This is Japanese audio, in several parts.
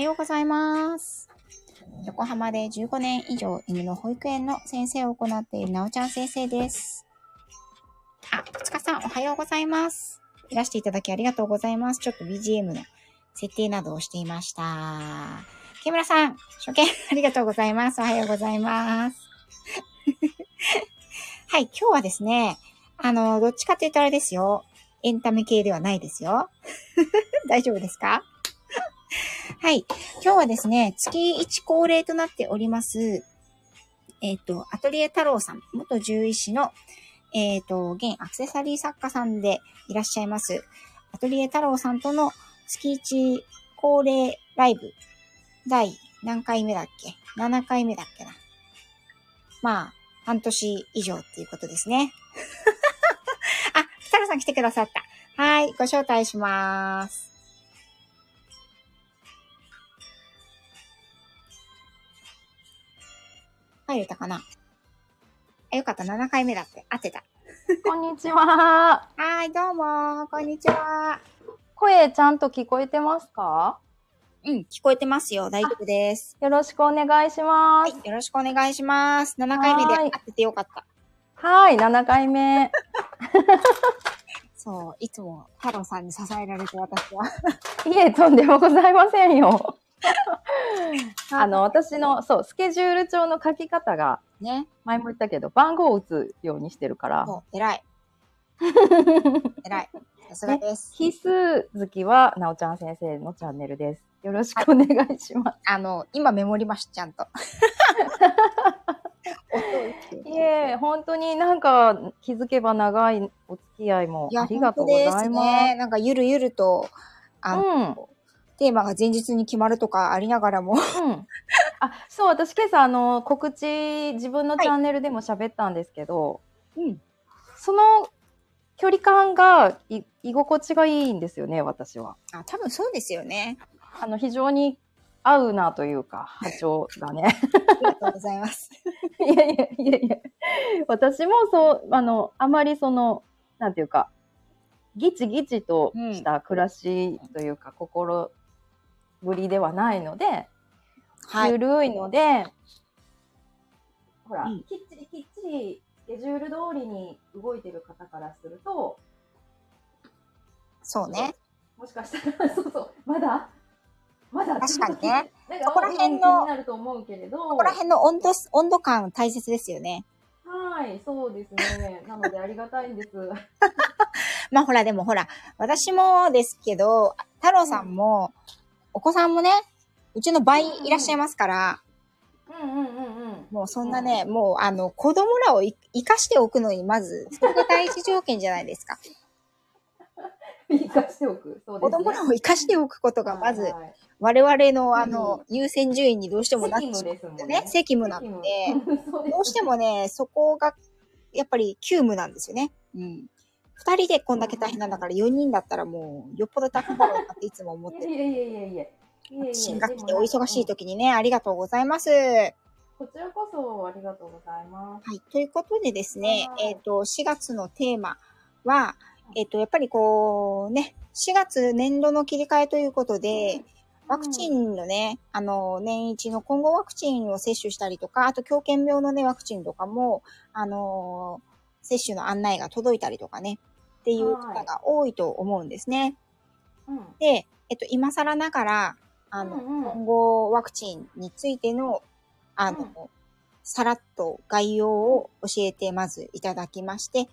ようございます。横浜で15年以上犬の保育園の先生を行っているなおちゃん先生です。あ、つかさんおはようございます。いらしていただきありがとうございます。ちょっと BGM の設定などをしていました。木村さん、初見ありがとうございます。おはようございます。 はい、今日はですね、あの、どっちかと言ったらあれですよ。エンタメ系ではないですよ。 大丈夫ですかはい。今日はですね、月1恒例となっております、えっ、と、アトリエ太郎さん、元獣医師の、えっ、と、現アクセサリー作家さんでいらっしゃいます、アトリエ太郎さんとの月1恒例ライブ、第何回目だっけ ?7 回目だっけな。まあ、半年以上っていうことですね。 あ、太郎さん来てくださった。はい、ご招待します。入れたかなあ、よかった、7回目だって。合ってた。 こんにちは。はい、どうも、こんにちは。声ちゃんと聞こえてますかうん、聞こえてますよ。大丈夫です。よろしくお願いしまはいす。、よろしくお願いします。7回目では合いっててよかった。はい、7回目。そう、いつも太郎さんに支えられて私 は。いえ、とんでもございませんよ。あの、私の、そう、スケジュール帳の書き方が、ね、前も言ったけど、番号を打つようにしてるから、もう偉 い。偉い。さすがです。奇数月は、なおちゃん先生のチャンネルです。よろしくお願いしまあの、今メモりました、ちゃん と。す。いえ、本当になんか、気づけば長いお付き合いもいや、ありがと本う当ごでざすいます。ね。なんかゆるゆると、あの、うん。テーマが前日に決まるとかありながらも。うん、あそう私今朝あの告知自分のチャンネルでも喋ったんですけど、うん。その距離感がい居心地がいいんですよね私はあ、多分そうですよね。あの非常に合うなというか波長がね ありがとうござい ます。いやいやいやいや私もそうあのあまりそのなんていうかギチギチとした暮らしというか、心ぶりではないので、はい。ゆるいので、ほら、うんきっちりきっちりスケジュール通りに動いてる方からすると、そうね。もしかしたら、そう そう、まだ、まだ、確かにね。なんかそこら辺のうん気になると思うけれど、ここら辺の温度、温度感大切ですよね。はい、そうですね。なので、ありがたいんです。まあほら、でもほら、私もですけど、太郎さんも、お子さんもね、うちの倍いらっしゃいますから、うんうんうん うん。もうそんなね、もうあの、子供らをい生かしておくのに、まず、それが第一条件じゃないですか。生かしておく。そうで子すね。供らを生かしておくことが、まはずい、はい我々のあの、優先順位にどうしてもなって責し務まですもうんねね。、責務なので、務そうですどうしてもね、そこが、やっぱり急務なんですよね。うん。二人でこんだけ大変なんだから、四人だったらもう、よっぽど大変だろうなっていつも思 ってる。いやいやいやいやいやいやいや。新学期でお忙しいと時にね、ありがとうございます。はい。こちらこそありがとうございます。ということでですねは、いえっ、と、4月のテーマは、えっ、と、やっぱりこう、ね、4月年度の切り替えということで、ワクチうん、ンのね、あの、年一の今後ワクチンを接種したりとか、あと狂犬病のね、ワクチンとかも、あのー接種の案内が届いたりとかね、っていう方が多いと思うんですね。うんで、えっと、今更ながら、あの、うんうん今後ワクチンについての、あの、うんさらっと概要を教えてまずいただきまして、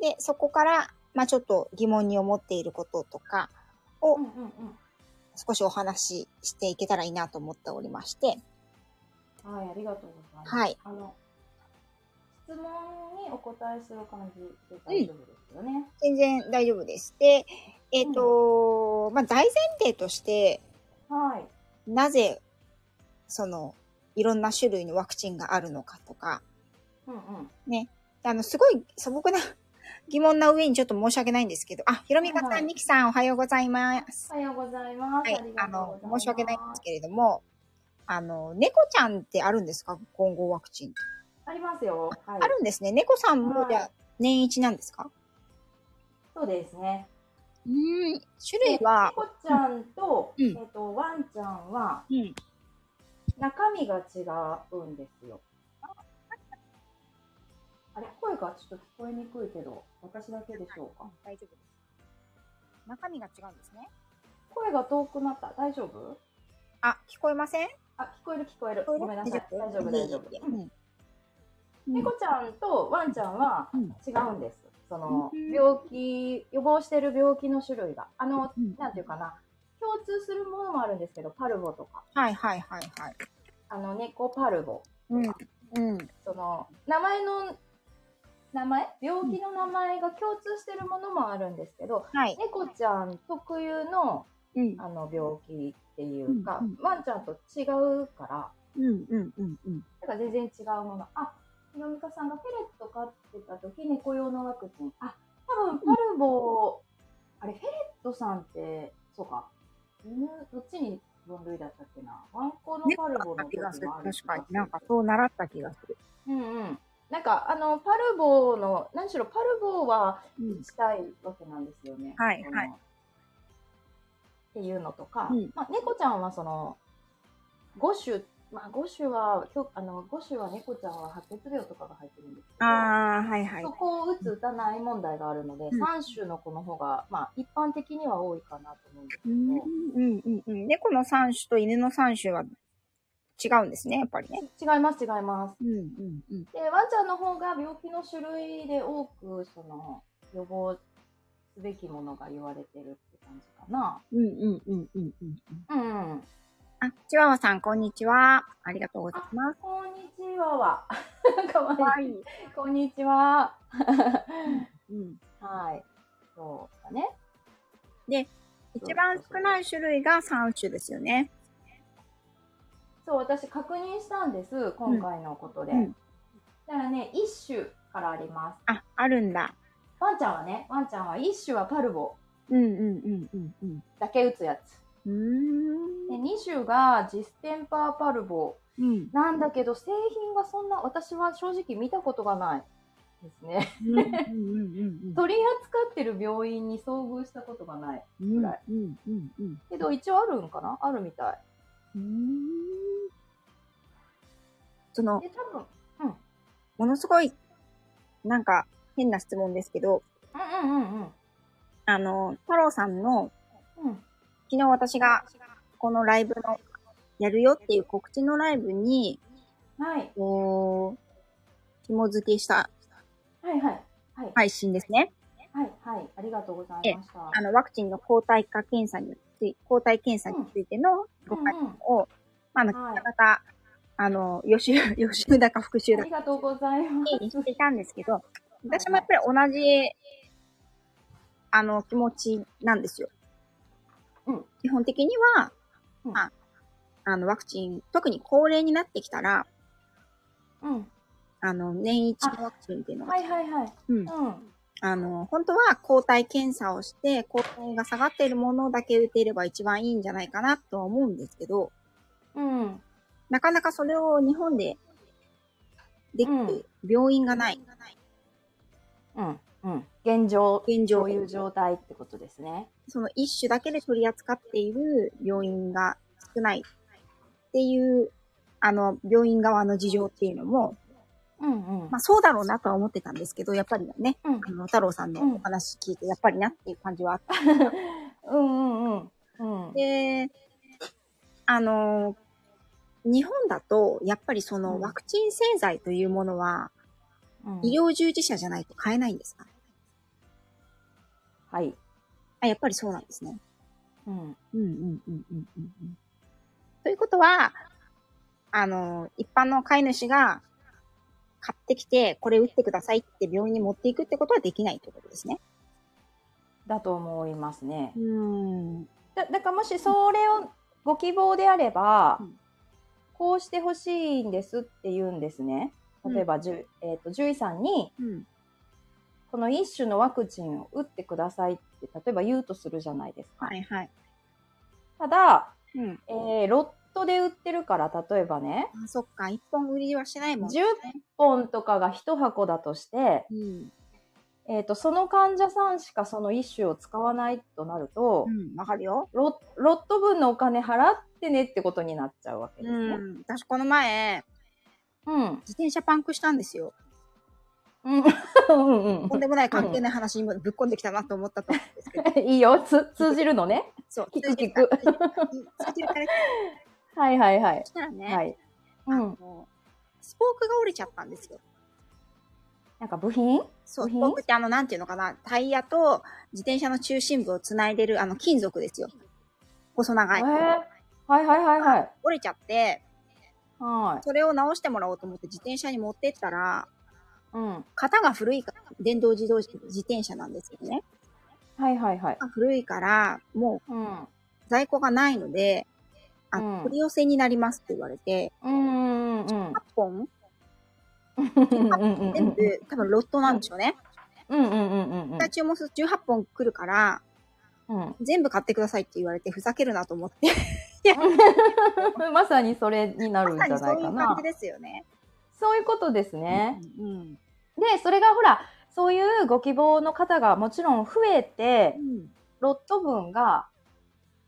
で、そこから、まあちょっと疑問に思っていることとか、うんうんうん少しお話ししていけたらいいなと思っておりまして、はい、ありがとうございます。はい。あの質問にお答えする感じで大丈夫ですよね。全然大丈夫です。で、えっ、と、まあ、大前提として、はい。なぜ、その、いろんな種類のワクチンがあるのかとか、うんうん。あの、すごい素朴な 疑問な上にちょっと申し訳ないんですけど、あ、ひろみかさん、はいみきさん、おはようございます。おはようございます。はいあり、があとうございまの申す。、し訳ないんですけれども、あの、猫ちゃんってあるんですか今後ワクチン。ありますよ。はい。あるんですね。猫さんも、はいじゃあ年一なんですかそうですね。うん。種類は、猫ちゃんと、うんえっと、ワンちゃんはうん。中身が違うんですよ。あれ、声がちょっと聞こえにくいけど、私だけでしょうか。大丈夫です。中身が違うんですね。声が遠くなった。大丈夫あ、聞こえませんあ、聞こえる聞こえる。ごめんなさい。大丈夫、大丈夫。うん。猫ちゃんとワンちゃんはうん違うんです。そのうん病気、予防してる病気の種類が。あの、うんなんていうかな、共通するものもあるんですけど、パルボとか、はいはいはいはい。あの、猫パルボ。うん。うん。その、名前の、名前病気の名前が共通してるものもあるんですけど、はい。猫ちゃん特有のうん。あの病気っていうかうん、ワンちゃんと違うから、うんうんうんうん。だから全然違うもの。あ、ひろみかさんがペレット飼ってた時、猫用のワクチン。あ、多分パルボ、あれ、フェレットさんって、そうか、犬、どっちに分類だったっけな。ワンコのパルボの時気がする。もある確かに。なんかそう習った気がする。うんうん。なんか、あの、パルボの、何しろパルボはうん。したいわけなんですよね。はいそのはいっていうのとか、うんまあ、猫ちゃんはその、5種、まあ、5種は、きょあの5種は猫ちゃんは白血病とかが入ってるんですけど、あー、はいはいそ。こを打つ打たない問題があるので、ん3種の子の方が、まあ、一般的には多いかなと思うんですけうど、んうんうんうん。猫の3種と犬の3種は違うんですね、やっぱりね。違います、違います。うんうんうん。で、ワンちゃんの方が病気の種類で多く、その、予防すべきものが言われてるって感じかな。うんうんうんうんうん。うん、うん。あ、チワワさん、こんにちは。ありがとうございます。こんにちはは。 かわいい。い。こんにちは。うん。はい。そうだね。一番少ない種類が3種ですよね。そう、私確認したんです。今回のことで。うんだからね、一種からあります。あ、あるんだ。ワンちゃんはね、ワンちゃんは一種はパルボうんうんうんうんうん。だけ打つやつ。うーで、ん。二種がジステンパーパルボ。うん。なんだけど、製品がそんな、私は正直見たことがないです ね。うんうんうん取り扱ってる病院に遭遇したことがない。うん。うんうんうんうん。けど、一応あるんかなあるみたうーんそのい。、で、多分、ものすごい、なんか、変な質問ですけど、うんうんうんあの、太郎さんの、うん。うん。昨日私が、このライブの、やるよっていう告知のライブに、はい。こう、紐付けしたはいはい。はい。配信ですね。はい。はい。ありがとうございました。あの、ワクチンの抗体化検査につい、抗体検査についてのご回うんうん答を、まあ、あの、はい方々、あの、予習、 予習だか復習あだりかがとうございます。にしていたんですけど、私もやっぱり同じ、あの、気持ちなんですよ。うん基本的には、うんまあ、あの、ワクチン、特に高齢になってきたら、うん。あの、年一のワクチンっていうのは、はいはいはい。うんうん。あの、本当は抗体検査をして、抗体が下がっているものだけ打てれば一番いいんじゃないかなとは思うんですけど、うん。なかなかそれを日本でできる病院がない。うん。うん。現状、現状そういう状態ってことですね。その一種だけで取り扱っている病院が少ないっていう、あの、病院側の事情っていうのも、うんうん。まあそうだろうなとは思ってたんですけど、やっぱりね、うんあの、太郎さんのお話聞いて、やっぱりなっていう感じはあっうんうんうん。うん。て、あの、日本だと、やっぱりそのワクチン製剤というものは、うん医療従事者じゃないと買えないんですかはい。あ、やっぱりそうなんですね。うん。うんうんうんうんうんうん。ということは、あの、一般の飼い主が買ってきて、これ打ってくださいって病院に持っていくってことはできないってことですね。だと思いますね。ん。うんだだからもしそれをご希望であれば、うんこうしてほしいんですって言うんですね。例えば、じゅえっと獣医さんにうんこの一種のワクチンを打ってくださいって例えば言うとするじゃないですか。はいはい。ただ、うん。えーロットで売ってるから例えばねあ、そっか。一本売りはしないもん。 10本とかが1箱だとしてうん。えっ、と、その患者さんしかその一種を使わないとなると、うん、わかるよ。ロロット分のお金払ってねってことになっちゃうわけですね。ん。私この前、うん。自転車パンクしたんですよ。うん。うんうんとんでもない関係ない話にもぶっこんできたなと思ったと思うん ですけど。うん。いいよ。つ通じるのね。そう。聞く聞く通じるから通じるからはいはいはいそ。したらね、はい。あうん。のスポークが折れちゃったんですよ。なんか部品そう、部ス品ポークってあの、なんていうのかな、タイヤと自転車の中心部をつないでるあの金属ですよ。細長い。えーはいはいはいはい。折れちゃって、はそれを直してもらおうと思って自転車に持ってったら、い。うん。型が古いから、電動自動自転車なんですけどね。はいはいはい。型が古いから、もううん。う在庫がないので、あうん取り寄せになりますって言われて、ーん。うん。うん8本うんうん全部、多分ロットなんでしょうね。うんうんうんうんうんが注文すると18本来るから、うん全部買ってくださいって言われて、ふざけるなと思って。うん。まさにそれになるんじまゃさなにいそういかう感なじ。ですよね。そういうことですね。うん。うんで、それがほら、そういうご希望の方がもちろん増えてう、んロット分が、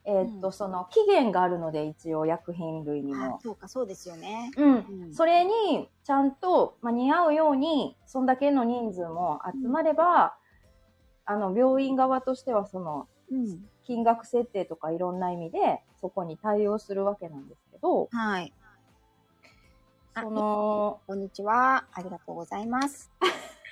えーっうと、んその期限があるので、一応薬品類にあも。そうか、そうですよね。うん。うんそれに、ちゃんと間に合うように、そんだけの人数も集まれば、あの、病院側としては、その、うん。金額設定とかいろんな意味で、そこに対応するわけなんですけど、はい。あその、こんにちは。ありがとうございます。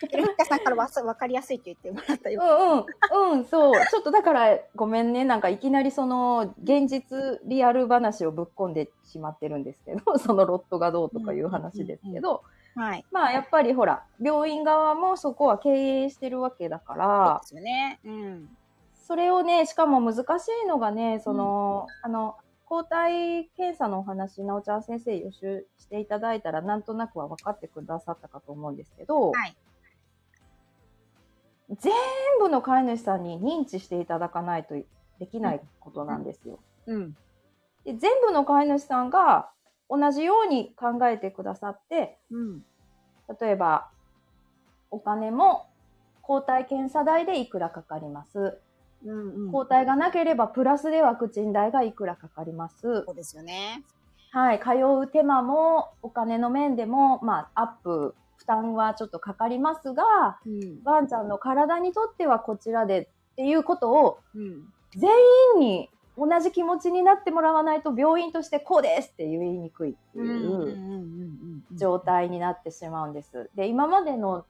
ひろひかさんからわさわかりやすいって言ってもらったうよ。んうん、うん、 そう。ちょっとだから、ごめんね。なんかいきなりその、現実リアル話をぶっ込んでしまってるんですけど、 そのロットがどうとかいう話ですけど、はい。まあやっぱりほら、病院側もそこは経営してるわけだからで、すよね。うん。それをね、しかも難しいのがね、その、あの、抗体検査のお話、なおちゃん先生予習していただいたら、なんとなくは分かってくださったかと思うんですけど、はい全部の飼い主さんに認知していただかないとできないことなんですよ。うん。で全部の飼い主さんが同じように考えてくださって、うん。例えば、お金も抗体検査代でいくらかかります。うん。抗体がなければプラスでワクチン代がいくらかかりますそ。うですよね。はい、通う手間もお金の面でも、まあ、アップ、負担はちょっとかかりますが、うん。ワンちゃんの体にとってはこちらでっていうことを、うん。院に同じ気持ちになってもらわないと病院としてこうですって言いにくいっていううん状。態になってしまうんです。で、今までの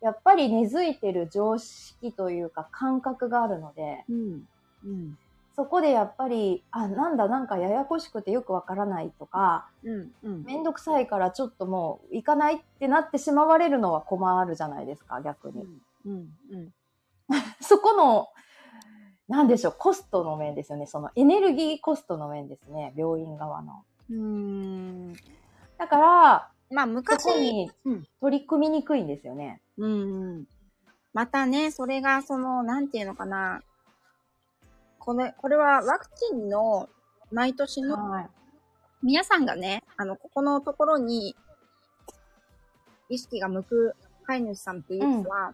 やっぱり根付いてる常識というか感覚があるので、うん。うん。そこでやっぱり、あ、なんだ、なんかややこしくてよくわからないとか、うん。うん。めんどくさいからちょっともう行かないってなってしまわれるのは困るじゃないですか、逆に。うん。うん。そこの、なんでしょう、コストの面ですよね。そのエネルギーコストの面ですね、病院側の。うん。だから、まあ、昔そこにうん取り組みにくいんですよね。うんうん。またね、それが、その、なんていうのかな。これ、これはワクチンの、毎年の、はい。皆さんがね、あの、ここのところに、意識が向く飼い主さんっていうのは、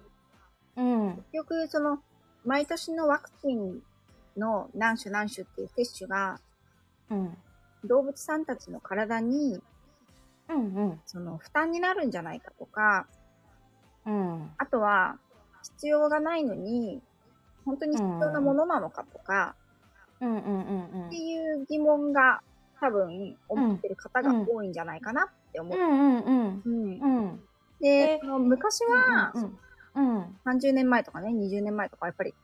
うん。結局、その、毎年のワクチンの何種何種っていう接種が、うん。動物さんたちの体に、うんうん。その、負担になるんじゃないかとか、うん。あとは、必要がないのに、本当に必要なものなのかとか、うんうんうんうんって。いう疑問が多分思ってる方が多いんじゃないかなって思うう。んうんうんうん。うん。でえ、その昔は、うんうんうん。 30年前とかね、20年前とか、やっぱり、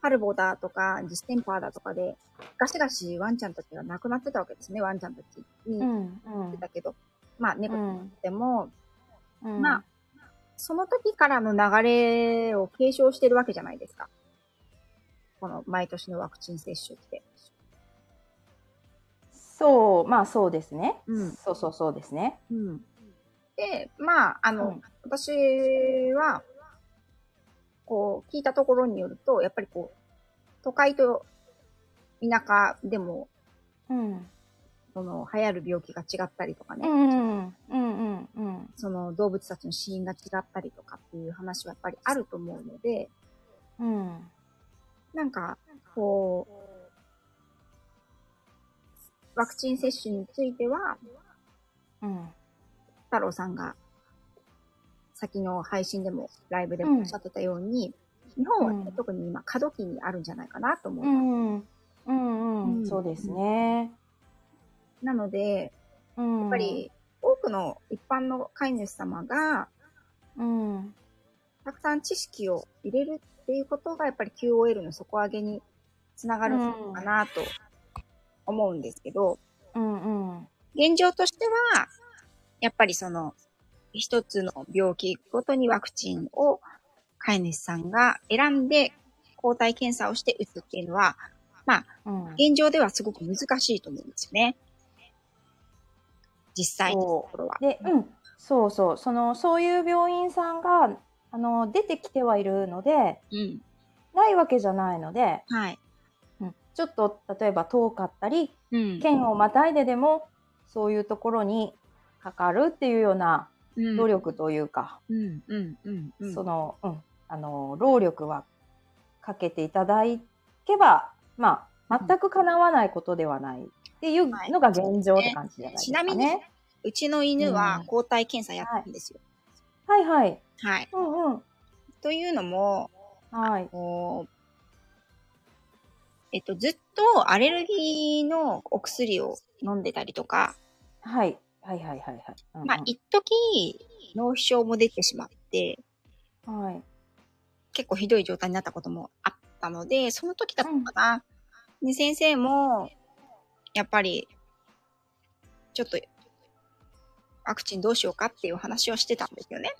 カルボだとか、ディステンパーだとかで、ガシガシワンちゃんたちが亡くなってたわけですね、ワンちゃんたちに。言うっんうんてたけど、まあ、猫うんでも、うんまあ、その時からの流れを継承してるわけじゃないですか。この毎年のワクチン接種って。そう、まあそうですね。うんそうそうそうですね。うん。で、まあ、あの、うん私は、こう、聞いたところによると、やっぱりこう、都会と田舎でもうん。その、流行る病気が違ったりとかね、うんうんうんその、動物たちの死因が違ったりとかっていう話はやっぱりあると思うので、うんなんか、こう、ワクチン接種については、うん太郎さんが、先の配信でも、ライブでうんもおっしゃってたように、日本はね、うん特に今、過渡期にあるんじゃないかなと思う。うんうんううんんそうですねなので、うんやっぱり、多くの一般の飼い主様が、うんたくさん知識を入れるっていうことが、やっぱり QOL の底上げにつながるのかなと思うんですけど、うんうん現状としては、やっぱりその、一つの病気ごとにワクチンを飼い主さんが選んで抗体検査をして打つっていうのは、うん現状ではすごく難しいと思うんですよね。実際のところは。で、うん、そうそう、その、そういう病院さんが、あの、出てきてはいるので、うん。ないわけじゃないので、はい。うん、ちょっと、例えば遠かったり、うん。県をまたいででも、そういうところにかかるっていうような努力というか、うん。うん。うん。うん。その、うん、あの、労力はかけていただけば、まあ、全く叶わないことではないっていうのが現状って感じじゃないですちかなみにね。、うちの犬うはん抗体検査やってるんですよ。はいはい。はい。うんうん。というのも、はい。こうえっと、ずっとアレルギーのお薬を飲んでたりとか、はい。はいはいはいはい。うんうんまあ、一時脳皮症も出てしまって、はい。結構ひどい状態になったこともあったので、その時だったかな。で先生も、やっぱり、ちょっと、ワクチンどうしようかっていう話をしてたんですよね。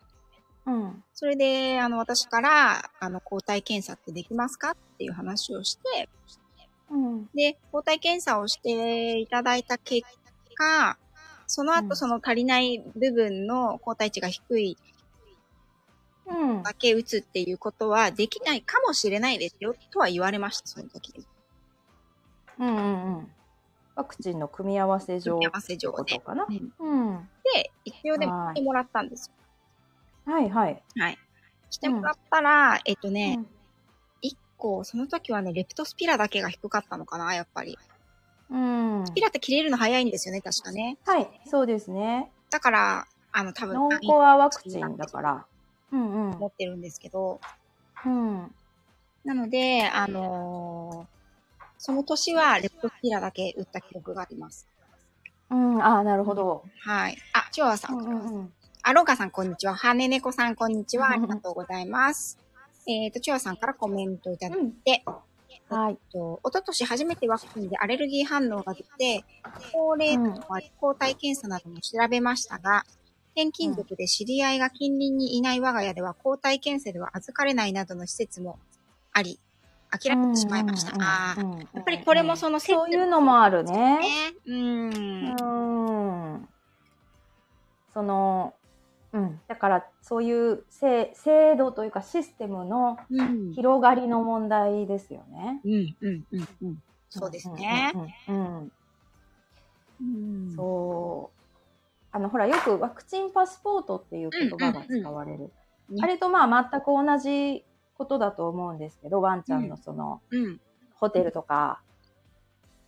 うん。それで、あの、私から、あの、抗体検査ってできますかっていう話をして、うん。で、抗体検査をしていただいた結果、そのう後んその足りない部分の抗体値が低いうん。だけ打つっていうことはできないかもしれないですよ、とは言われました、その時に。うんうんうん。ワクチンの組み合わせ上組みっ合てわせ上こでと。かな。うんうん。はで、一応でもはやいってもらったんですいはい。よ。はい。してもらったら、えっとね、うん一個、その時はね、レプトスピラだけが低かったのかな、やっぱり。うん。スピラって切れるの早いんですよね、確かね。はい、そうですね。だから、あの、多分、ノンコアワクチンだから。うんうん持。ってるんですけど、うん。なので、あのーその年はレプトスピラだけ打った記録があります。うん、ああ、なるほど。はい。あ、チワワさ、うんんうんうん。あ、ローカさん、こんにちは。羽根猫さん、こんにちは。あうんりがとうございます。えっ、と、チワワさんからコメントいただいて、はい。と、おととし初めてワクチンでアレルギー反応が出て、高齢の割抗体検査なども調べましたが、転勤族で知り合いが近隣にいない我が家では抗体検査では預かれないなどの施設もあり、諦めてしまいました。あーややっぱりこれもそのセッそトういうのもあるね。ね。う。うんん。その、うん。だから、そういう制制度というかシステムのうん。広がりの問題ですよね。うん。うん。うん。うん。そうですね。うん。うんうんうんそう。あの、ほら、よくワクチンパスポートっていう言葉が使われる。うんあれとまあ、全く同じことだと思うんですけど、ワンちゃんのその、うん。ホテルとか、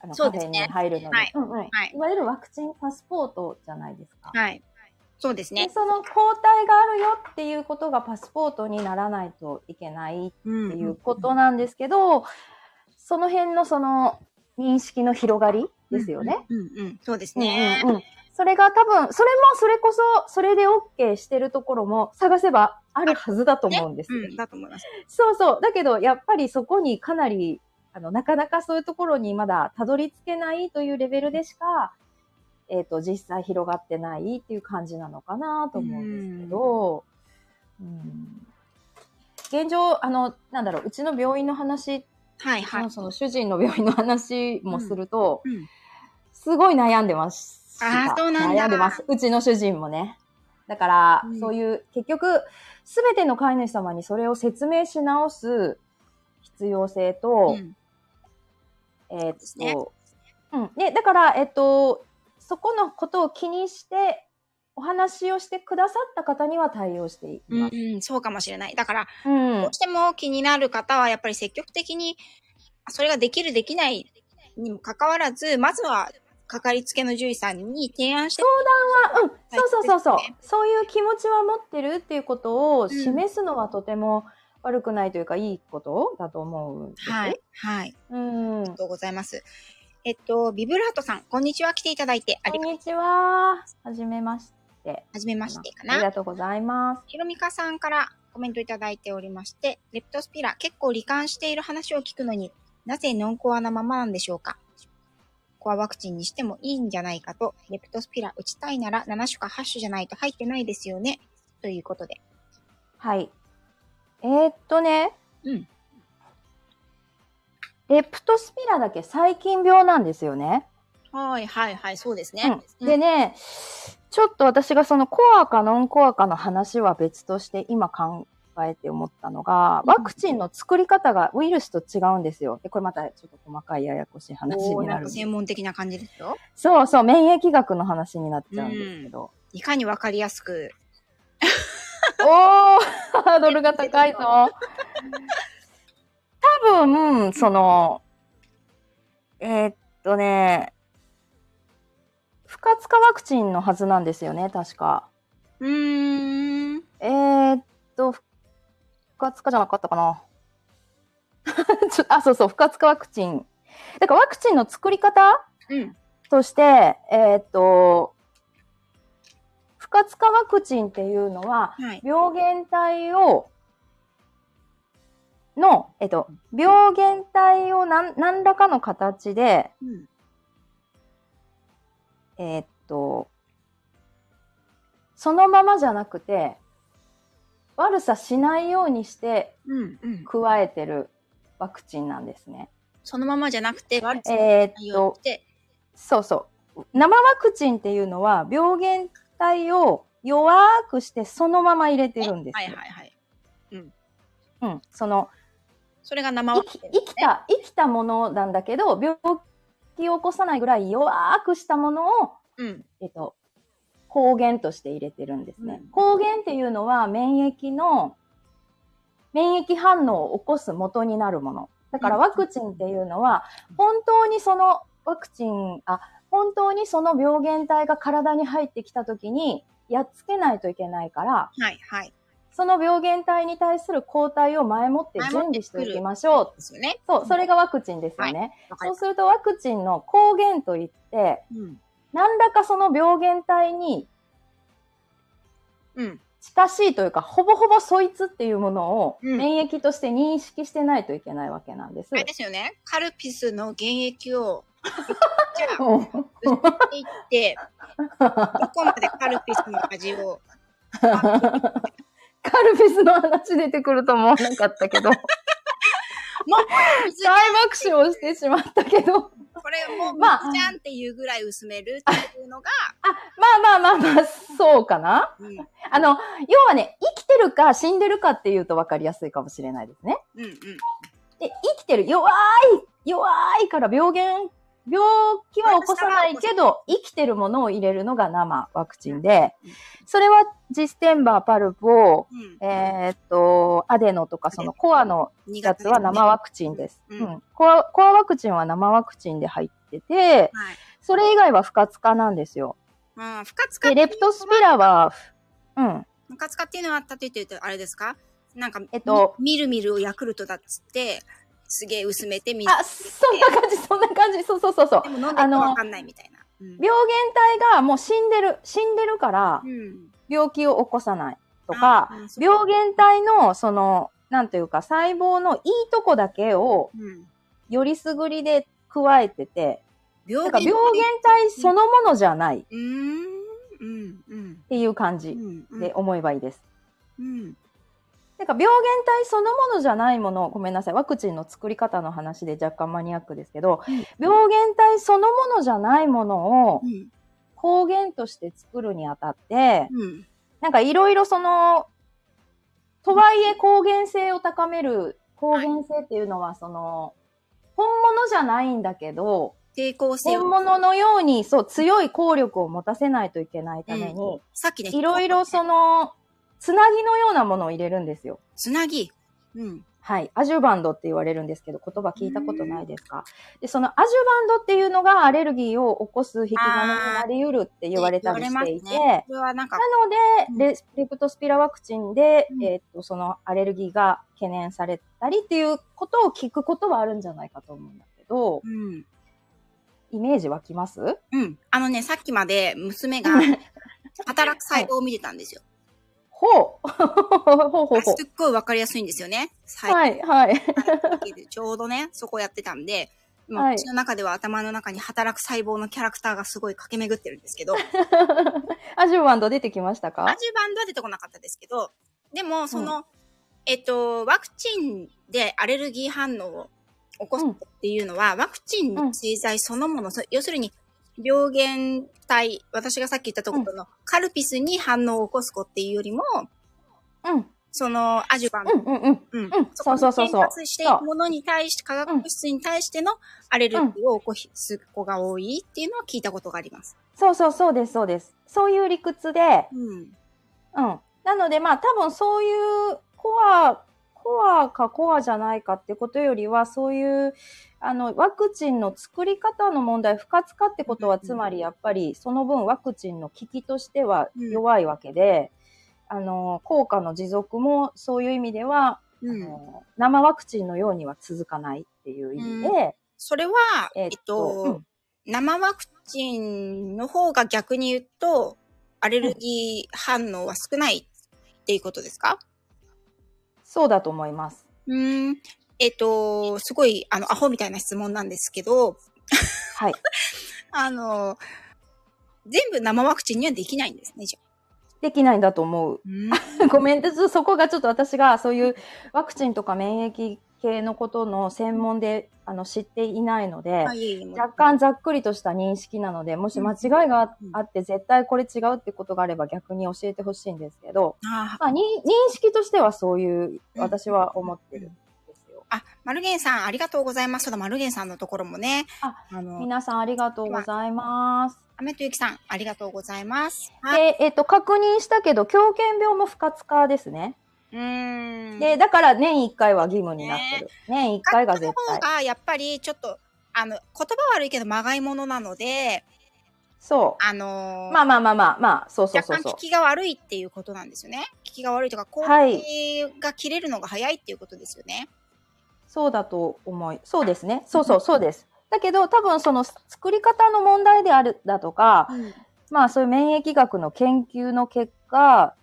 あの、そカうフですェねに入るのに、はいうんうんはいいわゆるワクチンパスポートじゃないですか。はい。そうですねで、。その抗体があるよっていうことがパスポートにならないといけないうんっていうことなんですけど、その辺のその認識の広がりですよね。。うん。うんうん。そうですねう。んうんうんそれが多分、それもそれこそ、それで OK してるところも探せばあるはずだと思うんです。うん。だと思います。そうそう。だけど、やっぱりそこにかなり、あの、なかなかそういうところにまだたどり着けないというレベルでしか、えっ、と、実際広がってないっていう感じなのかなと思うんですけど、うん現状、あの、なんだろう、うちの病院の話、はい。はいそ。の主人の病院の話もすると、うんうんすごい悩んでます。あーそうなんだ悩んでます。うちの主人もね。だから、うんそういう、結局、すべての飼い主様にそれを説明し直す必要性うと、んえーっですねと、うん。ね、だから、えっと、そこのことを気にして、お話をしてくださった方には対応しています。うん、そうかもしれない。だから、うんどうしても気になる方は、やっぱり積極的に、それができる、できないにもかかわらず、まずは、かかりつけの獣医さんに提案して、あうん、そうそうそうそうですね。そういう気持ちは持ってるっていうことを示すのはとても悪くないというか、いいことだと思うんです。はい。、はい。うん。ありがとうございます。えっと、ビブラートさん、こんにちは。来ていただいて、あこりんがとう。にちは。はじめまして。はじめましてかあな。りがとうございます。ひろみかさんからコメントいただいておりまして、レプトスピラ、結構罹患している話を聞くのになぜノンコアなままなんでしょうかコアワクチンにしてもいいんじゃないかと、レプトスピラ打ちたいなら7種か8種じゃないと入ってないですよね。ということで。はい。えー、っとね。うん。レプトスピラだけ細菌病なんですよね。はいはいはい、そうですうん、でね、ちょっと私がそのコアかノンコアかの話は別として今考えて思ったのが、うんワクチンの作り方がウイルスと違うんですよ。で、これまたちょっと細かいややこしい話おにーななんるか。専門的な感じですよ。そうそう、免疫学の話になっちゃうんですけど。いかにわかりやすく。おー、ハードルが高いぞ。多分、その、えーっとね、不活化ワクチンのはずなんですよね、確か。うーん。えー、っと、不活化じゃなかったかな。 ちょあ、そうそう、不活化ワクチン。だからワクチンの作り方うん。として、えー、っと、不活化ワクチンっていうのは、はい。病原体を、の、えっと、病原体を何何らかの形で、うん。えーっと、そのままじゃなくて、悪さしないようにしてうん。うん。加えてるワクチンなんですね。そのままじゃなくて、悪さえないーっようにとし、て、そうそう。生ワクチンっていうのは病原体を弱くしてそのまま入れてるんですはいよ。はいはい。うん。そのそれが生ワ生クチきン生きた、生きたものなんだけど、病気を起こさないぐらい弱くしたものをうん。えっと、抗原として入れてるんですね。うん抗原っていうのは免疫の、免疫反応を起こす元になるもの。だからうんワクチンっていうのは、本当にそのワクチン、あ、本当にその病原体が体に入ってきた時に、やっつけないといけないから、はいはい。その病原体に対する抗体を前もって準備しておきましょう。ですよね。そう、それがワクチンですよね。わかりそうます。するとワクチンの抗原といって、うん。何らかその病原体にうん。近しいというか、ほぼほぼそいつっていうものをうん免疫として認識してないといけないわけなんです。あれですよね。カルピスの原液を、じゃあ、うんいって、どこまでカルピスの味を、カルピスの話出てくると思わなかったけ ど、大水爆笑をしてしまったけど、これもう、まあ水じゃんっていうぐらい薄めるっていうのが、まあまあまあまあ、そうかな。うん。あの、要はね、生きてるか死んでるかっていうと分かりやすいかもしれないですね。うんうん。で、生きてる、弱い、弱いから病原、病気は起こさないけど、生きてるものを入れるのが生ワクチンでうん、それはジステンバー、パルボ、うん。えーっと、アデノとかそのコアの2やつは生ワクチンです。ううんん。コア、コアワクチンは生ワクチンで入ってて、はい。それ以外は不活化なんですよ。まあ、不活化で、レプトスピラは、うん。ムカツカっていうのは、例えて言うと、あれですかなんか、えっとみみるみるをヤクルトだっつって、すげえ薄めて、みあ、そんな感じ、そんな感じ、そうそうそうそうで。も飲んでるかわかんないみたいな。うん病原体がもう死んでる、死んでるから、うん。病気を起こさないとか、あ、そう病原体の、その、なんというか、細胞のいいとこだけを、うんよりすぐりで加えてて、病だから原病原体そのものじゃないっうーん。うん。うん。ていう感じうん。で思えばいいです。うん。だから病原体そのものじゃないもの、ごめんなさい、ワクチンの作り方の話で若干マニアックですけど、うん病原体そのものじゃないものをうん。抗原として作るにあたって、うん。なんかいろいろその、とはいえ抗原性を高める、抗原性っていうのはその、本物じゃないんだけど、抵抗性本を。物のように、そう、強い効力を持たせないといけないために、さっきね、いろいろその、つなぎのようなものを入れるんですよ。つなぎ。うん。はい。アジュバンドって言われるんですけど、言葉聞いたことないですかで、そのアジュバンドっていうのがアレルギーを起こす引き金になり得るって言われたりしていて、言われますねこれはなんか、なうんので、レレプトスピラワクチンで、うんえっと、そのアレルギーが懸念されたりっていうことを聞くことはあるんじゃないかと思うんだけど、うん。イメージ湧きますうん。あのね、さっきまで娘 が働く細胞を見てたんですよ。ほうほうほうほあすっごいわかりやすいんですよね。う。細胞はい、はい。 でちょうどね、そこやってたんで、今、はい私の中では頭の中に働く細胞のキャラクターがすごい駆け巡ってるんですけど、アジュアジュバンド出てきましたかバンドは出てこなかったですけど、でも、その、えっと、ワクチンでアレルギー反応を起こすっていうのは、ワクチンの製剤そのもの、そ要するに、病原体、私がさっき言ったところのカルピスに反応を起こす子っていうよりも、うん、そのアジュバンうん、うん、うん。うんうんそうそうそうそう発していくものに対して、化学物質に対してのアレルギーを起こす子が多いっていうのは聞いたことがあります。そうそうそうです、そうです。そういう理屈で、うん。うん。なのでまあ多分そういうコア、コアかコアじゃないかってことよりは、そういう、あの、ワクチンの作り方の問題、不活化ってことうは、んうんつまりやっぱりその分ワクチンの効きとしては弱いわけで、あの、効果の持続もそういう意味では、うあん。の生ワクチンのようには続かないっていう意味で、うそれは、えっと、うん生ワクチンの方が逆に言うと、アレルギー反応は少ないっていうことですかそうだと思います。うん。えっと、すごい、あの、アホみたいな質問なんですけど、はい。あの、全部生ワクチンにはできないんですね、じゃあ。できないんだと思う。 ごめんちょっとそこがちょっと私がそういうワクチンとか免疫系のことの専門であの知っていないので、あいえいえもう若干ざっくりとした認識なので、もし間違いがあうんあって絶対これ違うってことがあれば逆に教えてほしいんですけど、あまあ、に認識としてはそういううん私は思ってるんですよ。あ、マルゲンさん、ありがとうございます。そうだ、マルゲンさんのところもね。あ、の、皆さんありがとうございます。アメとゆきさん、ありがとうございます。はい。で、えっと、確認したけど、狂犬病も不活化ですね。うーん。で、、だから年1回は義務になってる。年1回が絶方対。が、やっぱり、ちょっと、あの、言葉悪いけど、まがいものなので、そう。あのーまあまあまあまあまあ、そうそうそ若う干そう聞。きが悪いっていうことなんですよね。聞きが悪いとか、攻はい撃が切れるのが早いっていうことですよね。そうだと思い、そうですね。そうそうそうです。だけど多分その作り方の問題であるだとか、まあそういう免疫学の研究の結果、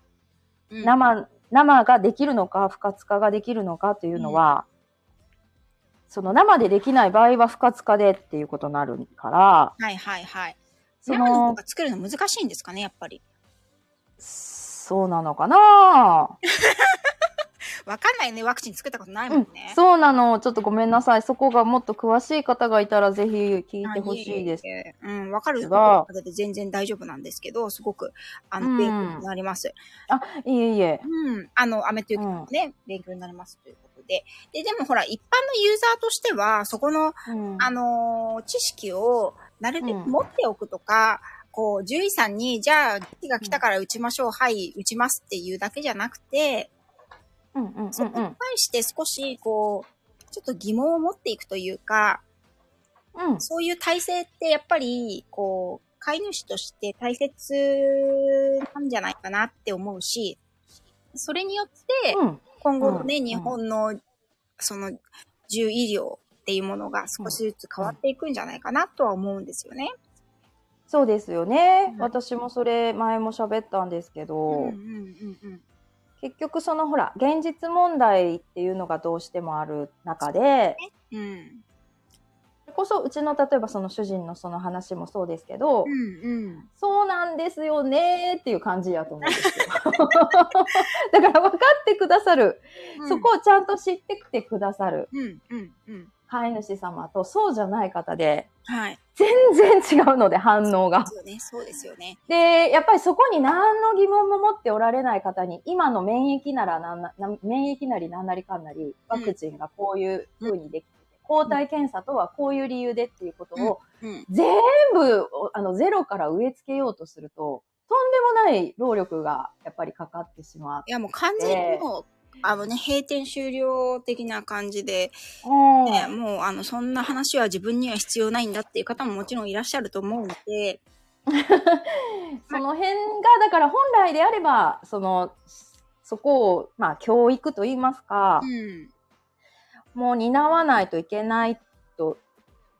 うん生、生ができるのか、不活化ができるのかというのは、その生でできない場合は不活化でっていうことになるから、はいはいはい。そ生の方の、が作るの難しいんですかね、やっぱり。そうなのかなわかんないよね、ワクチン作ったことないもうんんね。、そうなの。ちょっとごめんなさい。そこがもっと詳しい方がいたらぜひ聞いてほしいです。あ。ええええうん、わかるが方で全然大丈夫なんですけど、すごく、あうの、ん勉強になります。いえいえ。うん。あの、アメというかね、勉強になりますということで。で、でもほら、一般のユーザーとしては、そこの、うんあのー知識をなるべくうん持っておくとか、こう、獣医さんに、じゃあ、時が来たから打ちましょう、はい、打ちますっていうだけじゃなくて、うんうんうんそこに対して少し、こう、ちょっと疑問を持っていくというか、うんうんそういう体制ってやっぱり、こう、飼い主として大切なんじゃないかなって思うし、それによって、うん今後のね、うん日本の、その、獣医療っていうものが少しずつ変わっていくんじゃないかなとは思うんですよね。そうですよね、うん私もそれ前も喋ったんですけど、うんうんうん結局そのほら現実問題っていうのがどうしてもある中でうん。うん。それこそうちの例えばその主人のその話もそうですけど、うんうん。そうなんですよねーっていう感じやと思うんですよ だから分かってくださる、そこをちゃんと知ってきてくださるうんうんうん。飼い主様とそうじゃない方ではい。全然違うので反応がそうね、そうですよね。で、やっぱりそこに何の疑問も持っておられない方に、今の免疫ならなんな、な免疫なりなんなりかんなり、ワクチンがこういう風にできてて、抗体検査とはこういう理由でっていうことを、うん。全部、おあの、ゼロから植え付けようとすると、とんでもない労力がやっぱりかかってしまう。いや、もう完全にもう、あのね、閉店終了的な感じで、ね、もう、あの、そんな話は自分には必要ないんだっていう方ももちろんいらっしゃると思うので、その辺が、だから本来であれば、その、そこを、まあ、教育と言いますか、ん。もう担わないといけないと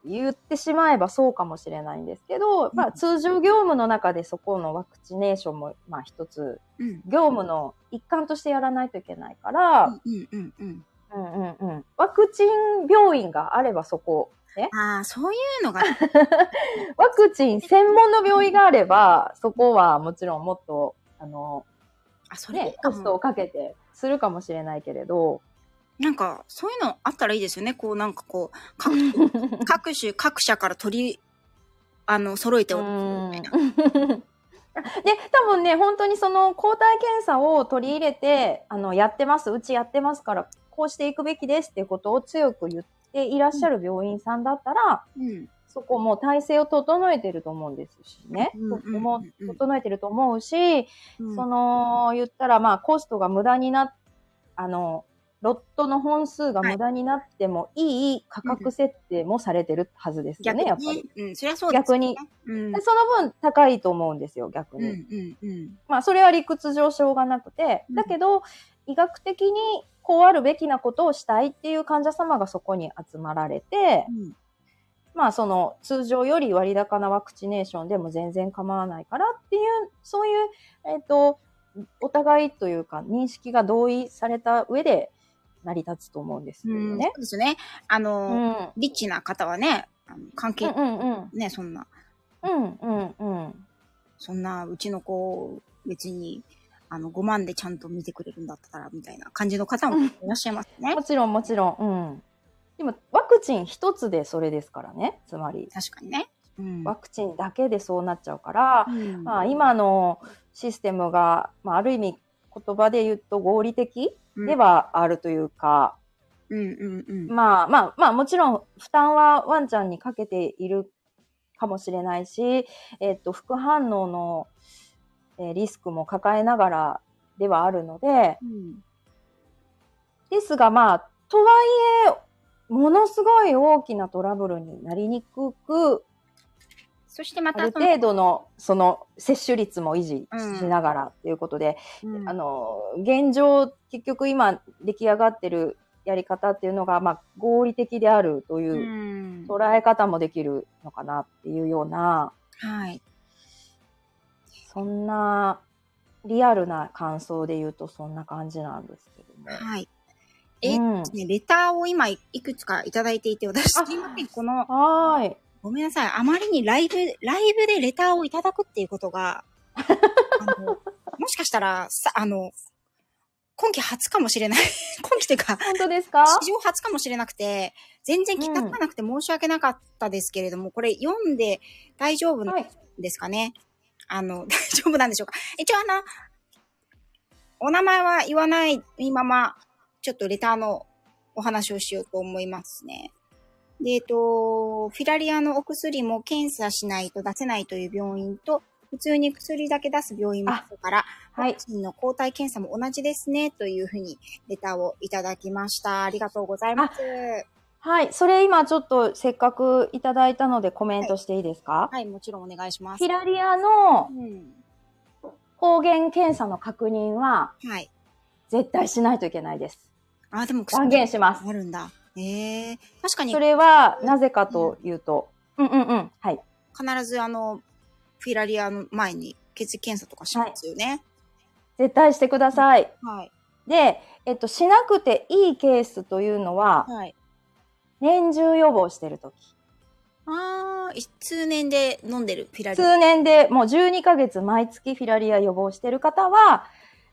言ってしまえばそうかもしれないんですけど、まあ、通常業務の中でそこのワクチネーションも、まあ、一つうん。業務の一環としてやらないといけないから、うんうんうん。うんうんうん、ワクチン病院があればそこ、ね、ああ、そういうのが、ワクチン専門の病院があればそこはもちろんもっとあの、あ、それいいね、かもコストをかけてするかもしれないけれど、なんか、そういうのあったらいいですよね。こう、なんかこう、各 各種、各社から取り、あの、揃えておくみたいな。 で、多分ね、本当にその抗体検査を取り入れて、あの、やってます、うちやってますから、こうしていくべきですっていうことを強く言っていらっしゃる病院さんだったら、うん。そこもう体制を整えてると思うんですしね。うんそこもうんうん整えてると思うし、うんその、言ったら、まあ、コストが無駄にな、あの、ロットの本数が無駄になってもいい価格設定もされてるはずですよ逆ね、にやっぱり。ね。うん、そりゃそうです逆に。うんで。その分高いと思うんですよ、逆うんに。うんうん。まあ、それは理屈上しょうがなくて、うんだけど、医学的にこうあるべきなことをしたいっていう患者様がそこに集まられてう、んまあ、その通常より割高なワクチネーションでも全然構わないからっていう、そういう、えっ、と、お互いというか認識が同意された上で成り立つと思うんですようん、そね。うですね。あうの、ん。うんリッチな方はね、あの関係、うんね、そんな、うん。うんうんうん。そんな、うちの子、別に、あの、5万でちゃんと見てくれるんだったら、みたいな感じの方もいらっしゃいますね。もちろんもちろん。うん。でも、ワクチン一つでそれですからね。つまり。確かにね。うん。ワクチンだけでそうなっちゃうから、うんまあ、今のシステムが、まあ、ある意味言葉で言うと合理的で、はあるというか、うんうんうんうん。まあまあまあもちろん負担はワンちゃんにかけているかもしれないし、えっと副反応の、えーリスクも抱えながらではあるのでうんですがまあとはいえものすごい大きなトラブルになりにくくそしてまあたるその、程度のその接種率も維持しながらということで、うんあの現状結局今出来上がってるやり方っていうのが、まあ、合理的であるとういうん捉え方もできるのかなっていうような、はい。そんなリアルな感想で言うとそんな感じなんですけども。はい。えうん、ね、レターを今いくつかいただいていて、私、あすいません、この、はーい。ごめんなさい、あまりにライブ、ライブでレターをいただくっていうことが、あの、もしかしたら、さ、あの、今期初かもしれない。 今期というか、本当ですか史上初かもしれなくて、全然気がつかなくて申し訳なかったですけれども、これ読んで大丈夫なはい。ですかね。あの、大 丈夫なんでしょうか。一応あの、お名前は言わないまま、ちょっとレターのお話をしようと思いますね。で、えっと、フィラリアのお薬も検査しないと出せないという病院と、普通に薬だけ出す病院もあるから、はワいク。チンの抗体検査も同じですね、というふうにレターをいただきました。ありがとうございます。はい。それ今ちょっとせっかくいただいたのでコメントしていいですか、はい、もちろんお願いしますヒ。ラリアのうん。抗原検査の確認ははい。絶対しないといけないです。あ、でも断言します。あるんだ。ええ確かにそれはなぜかというと、うんうんうん。はい。必ずあの、フィラリアの前に血液検査とかしますよね。絶対してください。はい。で、えっと、しなくていいケースというのは、はい。年中予防してるとき。ああ、い通年で飲んでるフィラリア。通年でもう12ヶ月毎月フィラリア予防してる方は、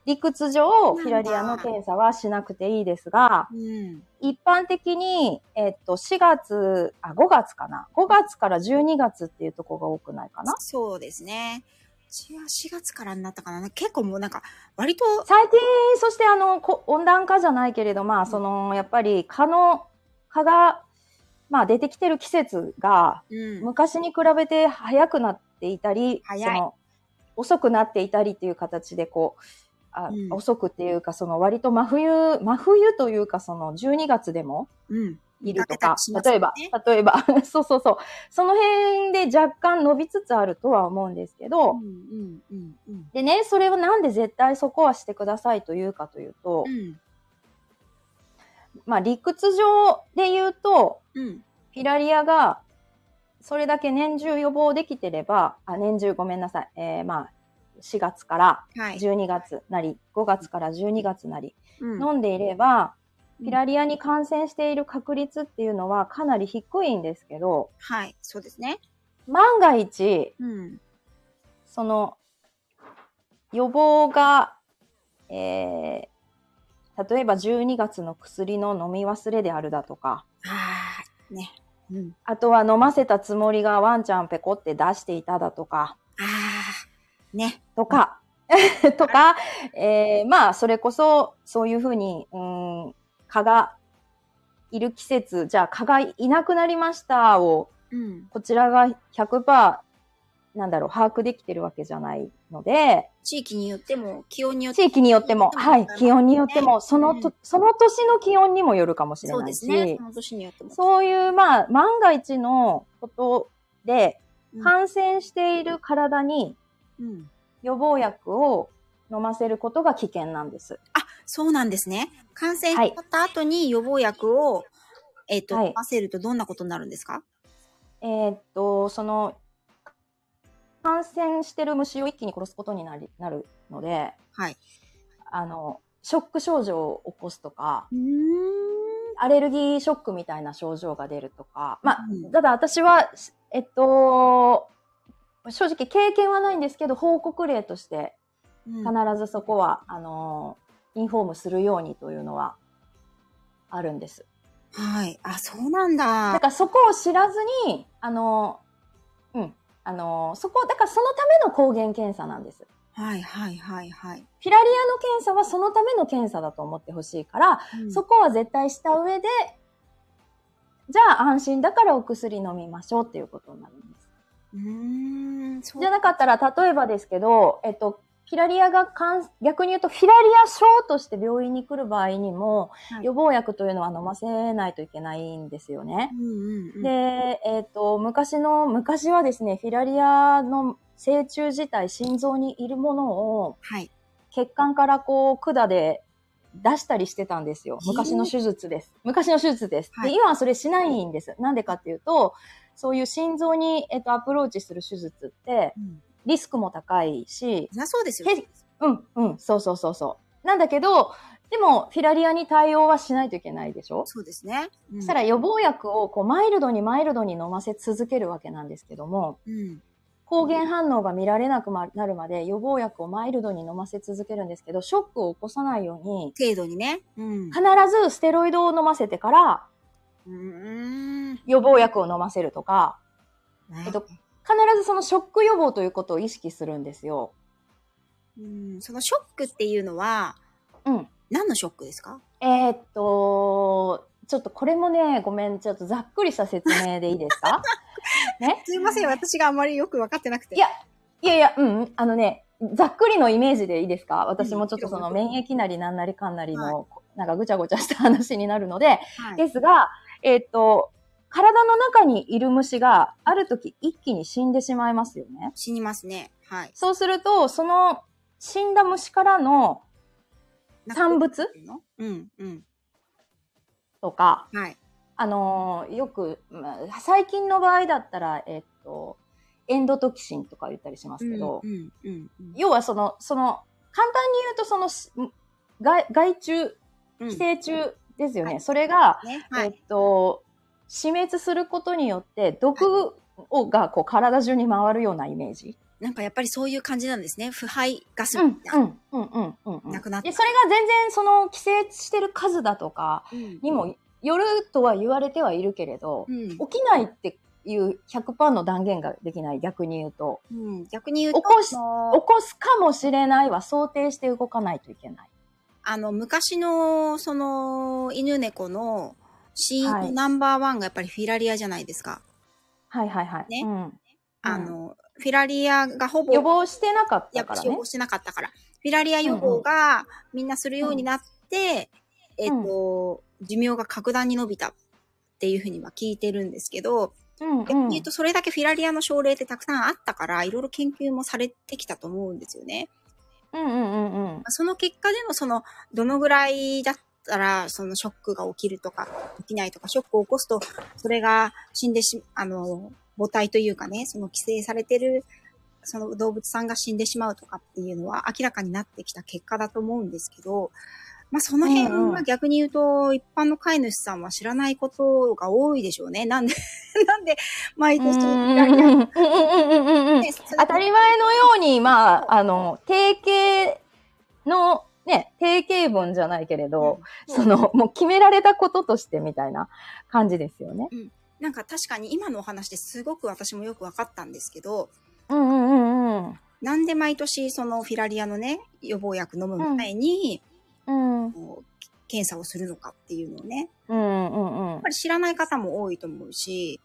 理屈上、フィラリアの検査はしなくていいですが、うん。一般的に、えっと、4月、あ、5月かな。5月から12月っていうとこが多くないかな。そうですね。4月からになったかな。結構もうなんか、割と、最近、そしてあの、こ温暖化じゃないけれど、まあ、その、やっぱり、蚊の、蚊がまあ出てきてる季節がうん。昔に比べて早くなっていたり、早いその遅くなっていたりっていう形でこう、あうん遅くっていうか、その割と真冬、真冬というか、その12月でもうん。いるかとけたかりしま、す例よえばね、例えば、 そうそうそう、その辺で若干伸びつつあるとは思うんですけど、うん。うん。うん。でね、それをなんで絶対そこはしてくださいというかというと、うん。まあ理屈上で言うと、うん。フィラリアがそれだけ年中予防できてれば、あ、年中ごめんなさい。えー、まあ、4月からはい。 12月なり、5月から12月なり、うん。飲んでいれば、うんフィラリアに感染している確率っていうのはかなり低いんですけど、はい。そうですね。万が一、うん。その、予防が、えー、例えば12月の薬の飲み忘れであるだとか、はーい。ね。うん。あとは飲ませたつもりがワンちゃんペコって出していただとか、ああ。ね。とか、 とか、えーまあ、それこそ、そういうふうに、うん、蚊がいる季節、じゃあ蚊がいなくなりましたを、うん。こちらが100%、なんだろう、把握できてるわけじゃないので、地域によっても、気温によって地域によっても、はい、気温によっても、そのうとん、その年の気温にもよるかもしれそうなでいすし、ね。その年によっても。そういう、まあ、万が一のことでうん、感染している体にうん。予防薬を飲ませることが危険なんです。そうなんですね。感染しちゃった後に予防薬を、えっ、と、はい飲ませるとどんなことになるんですかえーっと、その、感染してる虫を一気に殺すことになりなるので、はい。あの、ショック症状を起こすとか、うん。アレルギーショックみたいな症状が出るとか、まあうん、ただ私は、えっと、正直経験はないんですけど、報告例としてうん必ずそこは、あの、インフォームするようにというのはあるんです。はい。あ、そうなんだ。だからそこを知らずに、あの、うん、あの、そこ、だからそのための抗原検査なんです。はいはいはいはい。フィラリアの検査はそのための検査だと思ってほしいから、そここは絶対した上で、じゃあ安心だからお薬飲みましょうっていうことになるんです。うーん、そうじゃなかったら、例えばですけど、えっと、フィラリアが感、逆に言うとフィラリア症として病院に来る場合にも、はい予防薬というのは飲ませないといけないんですよね。うんうんうん。で、えっ、と、昔の、昔はですね、フィラリアの成虫自体、心臓にいるものをはい。血管からこう、管で出したりしてたんですよ。昔の手術です。昔の手術です。はいで、今はそれしないんです。なんでかっていうと、そういう心臓に、えっとアプローチする手術って、うん。リスクも高いし、そりゃそうですよ。へうん、うん、そうそうそうそう。なんだけど、でも、フィラリアに対応はしないといけないでしょそうですね。うんそしたら予防薬をこうマイルドにマイルドに飲ませ続けるわけなんですけども、うん。抗原反応が見られなくまなるまで予防薬をマイルドに飲ませ続けるんですけど、ショックを起こさないように、程度にね。うん。必ずステロイドを飲ませてからうーん。予防薬を飲ませるとか、ええっと、必ずそのショック予防ということを意識するんですよ。うん、そのショックっていうのは、うん。何のショックですかえーっと、ちょっとこれもね、ごめん、ちょっとざっくりした説明でいいです かねすいません、私があまりよく分かってなくて。いやいやいや、うんうん、あのね、ざっくりのイメージでいいですか私もちょっとそのうん免疫なりなんなりかんなりの、なんかぐちゃぐちゃした話になるので、はい、ですが、えーっと、体の中にいる虫がある時一気に死んでしまいますよね。死にますね。はい。そうすると、その死んだ虫からの産物っていうのうん、うん。とか、はい。あのーよく、まあ最近の場合だったら、えーっと、エンドトキシンとか言ったりしますけど、うん、うん、うん。要はその、その、簡単に言うとそのし、害害虫、うん寄生虫ですよはね。いそれが、ね、はえい。っと、死滅することによって、毒をがこう体中に回るようなイメージ。なんかやっぱりそういう感じなんですね。腐敗ガスうん、みうんたいな。、うん、うん、うんうん。なくなったで、それが全然その、寄生してる数だとかうんにもよるとは言われてはいるけれど、うん起きないっていう100%の断言ができない、逆に言うと。うん、逆に言うと起こし、あ起のこすかもしれないは想定して動かないといけない。あの昔のその犬猫の死因はのいナンバーワンがやっぱりフィラリアじゃないですか。はいはいはい。ねうん、あの、フィラリアがほぼ予防してなかっやたっかぱら処ね方。してなかったから。フィラリア予防がみんなするようになって、えっと、寿命が格段に伸びたっていうふうには聞いてるんですけど、うん逆うにん言うとそれだけフィラリアの症例ってたくさんあったから、いろいろ研究もされてきたと思うんですよね。うんうんうんうんまあその結果でもその、どのぐらいだったら、そのショックが起きるとか、起きないとか、ショックを起こすと、それが死んでし、あの、母体というかね、その寄生されてる、その動物さんが死んでしまうとかっていうのは明らかになってきた結果だと思うんですけど、まあその辺うんうはん逆に言うと、一般の飼い主さんは知らないことが多いでしょうね。なんで、 なんで、毎うんう年、んうんうんうんうんうんねそれで当たり前のように、まあ、あの、定型の、ね、定型文じゃないけれど、その、もう決められたこととしてみたいな感じですよね。なんか確かに今のお話ですごく私もよく分かったんですけど、うんうんうんなんで毎年そのフィラリアのね、予防薬飲む前に、うん。うん。こう検査をするのかっていうのをね、うんうんうんやっぱ。り知らない方も多いと思うし、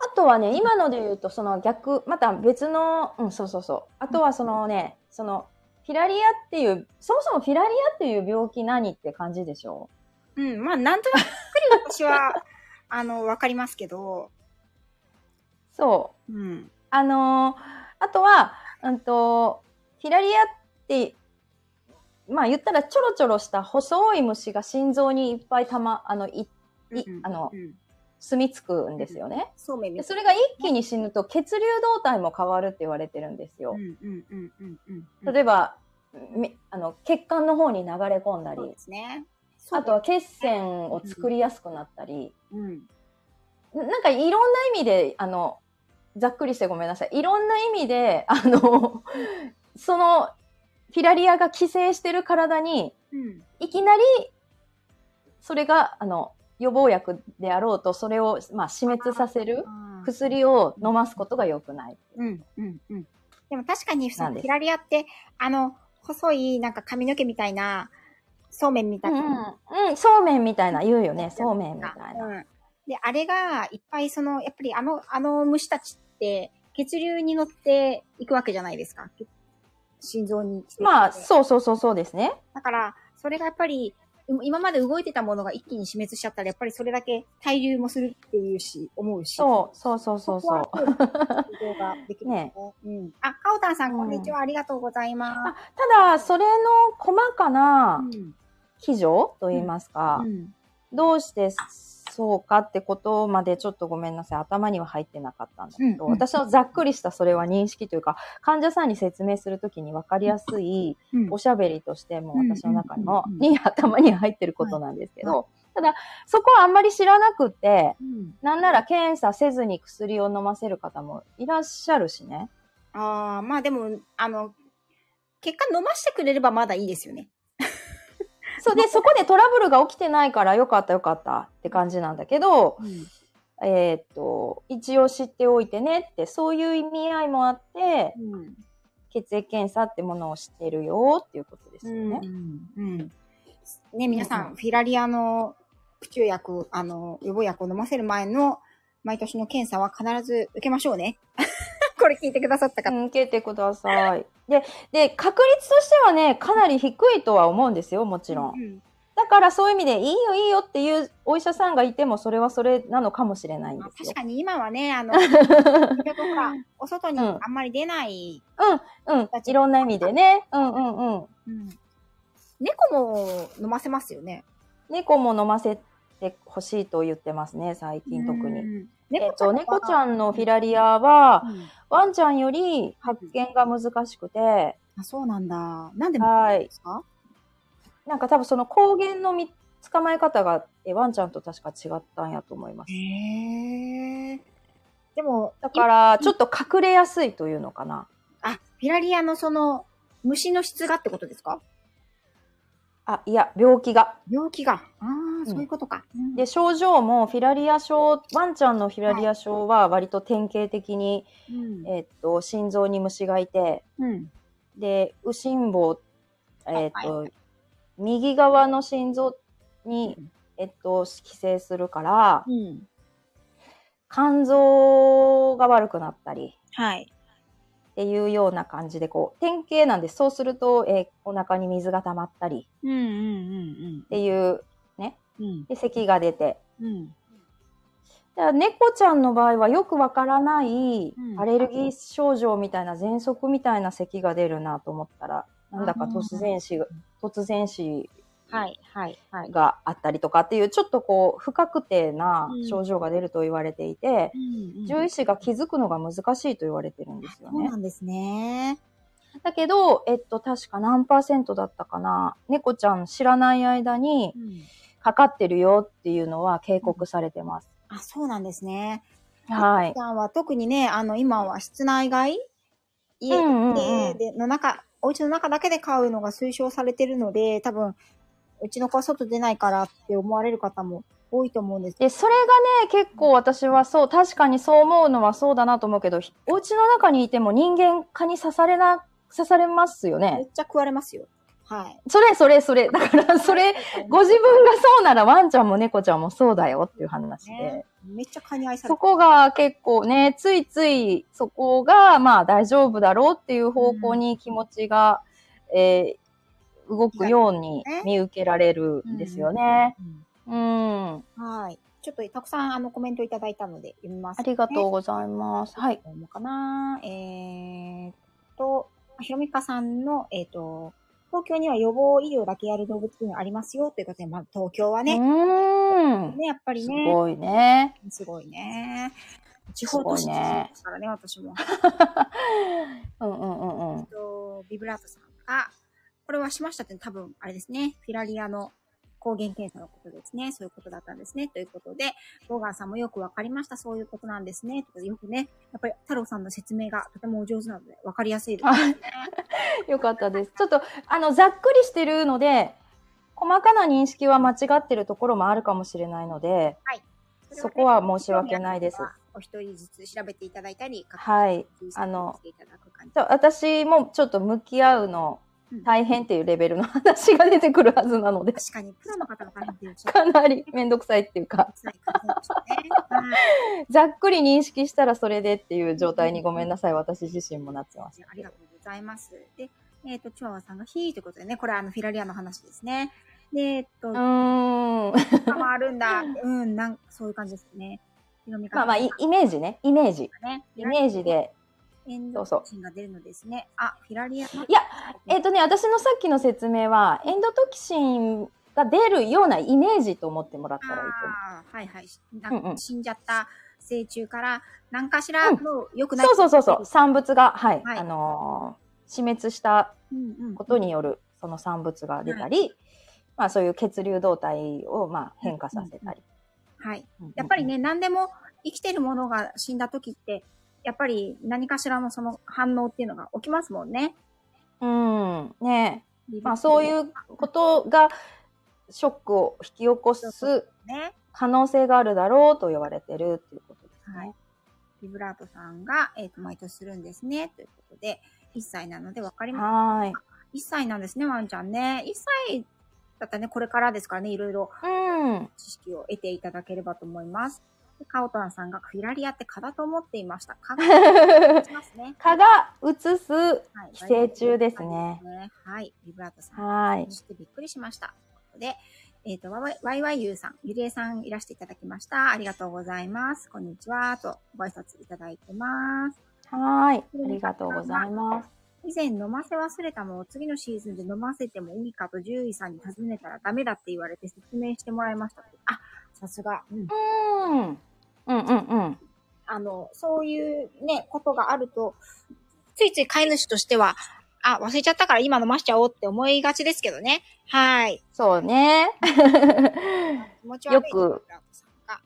あとはね、今ので言うと、その逆、また別の、うん、そうそうそう。あとはそのね、その、フィラリアっていう、そもそもフィラリアっていう病気何って感じでしょうん、まあなんとなく私 は、あの、わかりますけど、そう。うん。あのーあとは、うんと、ヒラリアって、まあ言ったらちょろちょろした細い虫が心臓にいっぱいたま、あの、い、いうんあのう、ん、住み着くんですよね。そうめんでみたそいれが一気に死ぬと血流動態も変わるって言われてるんですな。よう。んうんうんうんうんうん。例えば、めあの血管の方に流れ込んだりそう、ですね。そうあとは血栓を作りやすくなったり、うん。なんかいろんな意味で、あの、ざっくりしてごめんなさい。いろんな意味で、あの、その、フィラリアが寄生してる体に、うん。いきなり、それが、あの、予防薬であろうと、それを、まあ、死滅させるあー薬を飲ますことが良くない。うんうんうん。でも確かに、そなんのでヒすラリアって、あの、細い、なんか髪の毛みたいな、そうめんみたういん、うな、ん、うん、そうめんみたいな、言うよね、そうめんみたいな。うん。で、あれが、いっぱいその、やっぱりあの、あの虫たちって、血流に乗っていくわけじゃないですか。心臓に。まあ、そうそうそうそうですね。だから、それがやっぱり、う今まで動いてたものが一気に死滅しちゃったら、やっぱりそれだけ滞留もするっていうし、思うし。そう、そうそうそうそう。ここはそういう動画できるん ですね。うん。あ、かおたんさん、こんにちは。ありがとうございまただ、それの細かす。なうん。基準と言いますか、うんどうしてそうかってことまでちょっとごめんなさい。頭には入ってなかったんだけど、うんうん私のざっくりしたそれは認識というか、患者さんに説明するときに分かりやすいうんおしゃべりとしてもうん私の中の、うんうんに頭に入ってることなんですけど、ただ、そこはあんまり知らなくて、うんなんなら検査せずに薬を飲ませる方もいらっしゃるしね。ああ、まあでも、あの、結果飲ましてくれればまだいいですよね。そうで、そこでトラブルが起きてないからよかったよかったって感じなんだけど、えーっと、一応知っておいてねって、そういう意味合いもあって、うん。血液検査ってものをしてるよっていうことですよね。うんね、皆さん、フィラリアの駆虫薬、あの、予防薬を飲ませる前の毎年の検査は必ず受けましょうね。 これ聞いてくださったう方。ん、受けてください。で、で、確率としてはね、かなり低いとは思うんですよ、もちろん。ん。だからそういう意味で、いいよいいよっていうお医者さんがいても、それはそれなのかもしれないんまあです確よ。かに今はね、 あの、結局ほらお外にうんあんまり出ない。うん、いろんな意味でね。うんうんうん。猫も飲ませますよね。猫も飲ませてほしいと言ってますね、最近特うに。ん。えっと、猫ちんはゃんのフィラリアは、うんワンちゃんより発見が難しくて、あ、そうなんだ。なんではいですかなんか多分その抗原のみ捕まえ方がえワンちゃんと確か違ったんやと思います。へえ。でも、だから、ちょっと隠れやすいというのかな。あ、フィラリアのその、虫の質がってことですかあ、いや、病気が。病気が。ああ、んそういうことか。うんで、症状もフィラリア症、ワンちゃんのフィラリア症は割と典型的に、うんえっと、心臓に虫がいて、うん。で、右心房、えっはいはと、右側の心臓にえっと、寄生するから、うん。肝臓が悪くなったりはい。っていうような感じで、こう、典型なんで、そうすると、えーお腹に水が溜まったりうんうんうんっていう、うん。うん。で、咳が出て。うん。だから猫ちゃんの場合はよくわからないうんアレルギー症状みたいな喘息みたいな咳が出るなと思ったら、なんだか突然死が、突然死はいはいはい。があったりとかっていう、ちょっとこう、不確定なうん症状が出ると言われていて、うん獣医師が気づくのが難しいと言われてるんですよそうねな。んですね。だけど、えっと、確か何パーセントだったかな。猫ちゃん知らない間にうん。かかってるよっていうのは警告されてます。あ、そうなんですね。はい。さんは特にね、あの、今は室内外家、うんうんうん家での中、お家の中だけで飼うのが推奨されてるので、多分、うちの子は外出ないからって思われる方も多いと思うんですけで、それがね、結構私はそう、確かにそう思うのはそうだなと思うけど、ひお家の中にいても人間蚊に刺されな、刺されますど、よめね。っちゃ食われますよ。はい。それ、それ、それ。だから、それ、ご自分がそうならワンちゃんも猫ちゃんもそうだよっていう話でね。めっちゃ蚊に愛されそてこが結構ね、ついついそこがまあ大丈夫だろうっていう方向に気持ちが、えー動くように見受けられるんですよね。。うんうん。はい。ちょっとたくさんあのコメントいただいたので読みます、ありがとうう。ございます。はい。どうもかな。えー、っと、ひろみかさんの、えーっと、東京には予防医療だけやる動物病院ありますよということで、まあ、東京はうね、ーん。ねやっぱりすね、ごい ね。すごいね。地す方ご都い市ねですからね、私も。うんうんうんうんえっ。とビブラートさんが、これはしましたって多分、あれですね、フィラリアの抗原検査のことですね。そういうことだったんですね。ということで、ボーガーさんもよくわかりました。そういうことなんですね。とかよくね、やっぱり太郎さんの説明がとてもお上手なので、わかりやすいです。あよかったです。ちょっと、あの、ざっくりしてるので、細かな認識は間違ってるところもあるかもしれないので、そこは申し訳ないです。お一人ずつ調べていただいたり、はい。確認あのしていただく感じじゃあ私もちょっと向き合うの大変っていうレベルの話が出てくるはずなので、確かに、プロの方が大変っていうちょっとかなりめんどくさいっていうか、辛い感じでしたね。はいざっくり認識したらそれでっていう状態にごめんなさい、私自身もなってます。ありがとうございます。で、えっ、と、チワワさんがヒーということでね、これはあの、フィラリアの話ですね。で、えっ、と、うーん。変わるんだ。うん、なん、そういう感じですね。色味まあまあ、イイメージね。イメージ。ね。イメージで。エンそドうそうトキシンが出るのですね。あ、フィラリアの。いや、えっ、とね、私のさっきの説明は、エンドトキシンが出るようなイメージと思ってもらったらいいと思う。あーはいはい。なんうんうんか死んじゃった成虫から、何かしらうのん良くない。そうそうそうそう。。産物が、はい。はいあのー死滅したうんうん。ことによる、その産物が出たり、まあそういう血流動態を、まあ変化させたり。はい。やっぱりね、何でも生きてるものが死んだ時って、やっぱり何かしらのその反応っていうのが起きますもんね。うん。うん。ねえまあそういうことが、ショックを引き起こすね。可能性があるだろうと言われてるっていうことですね。はい。ビブラートさんが、えっ、と、毎年するんですね。ということで、1歳なので分かりまはーい。 1歳なんですね、ワンちゃんね。1歳だったらね、これからですからね、いろいろうん。。知識を得ていただければと思います。でカオタンさんがフィラリアって蚊だと思っていました。蚊がしますね 蚊が移すはい寄生虫ですね。はい。ビブラートさん。はい知。ってびっくりしました。ということで、えっ、と、ワイワイワイユーさん、ゆりえさんいらしていただきました。ありがとうございます。こんにちは。と、ご挨拶いただいてます。はーい。ありがとうございます。以前飲ませ忘れたのを次のシーズンで飲ませてもいいかと獣医さんに尋ねたらダメだって言われて説明してもらいました。あ、さすが。うん。うん。うんうんうん。あの、そういうね、ことがあると、ついつい飼い主としては、あ、忘れちゃったから今飲ましちゃおうって思いがちですけどね。はい。そ うね。気持ち悪い。よく。さんが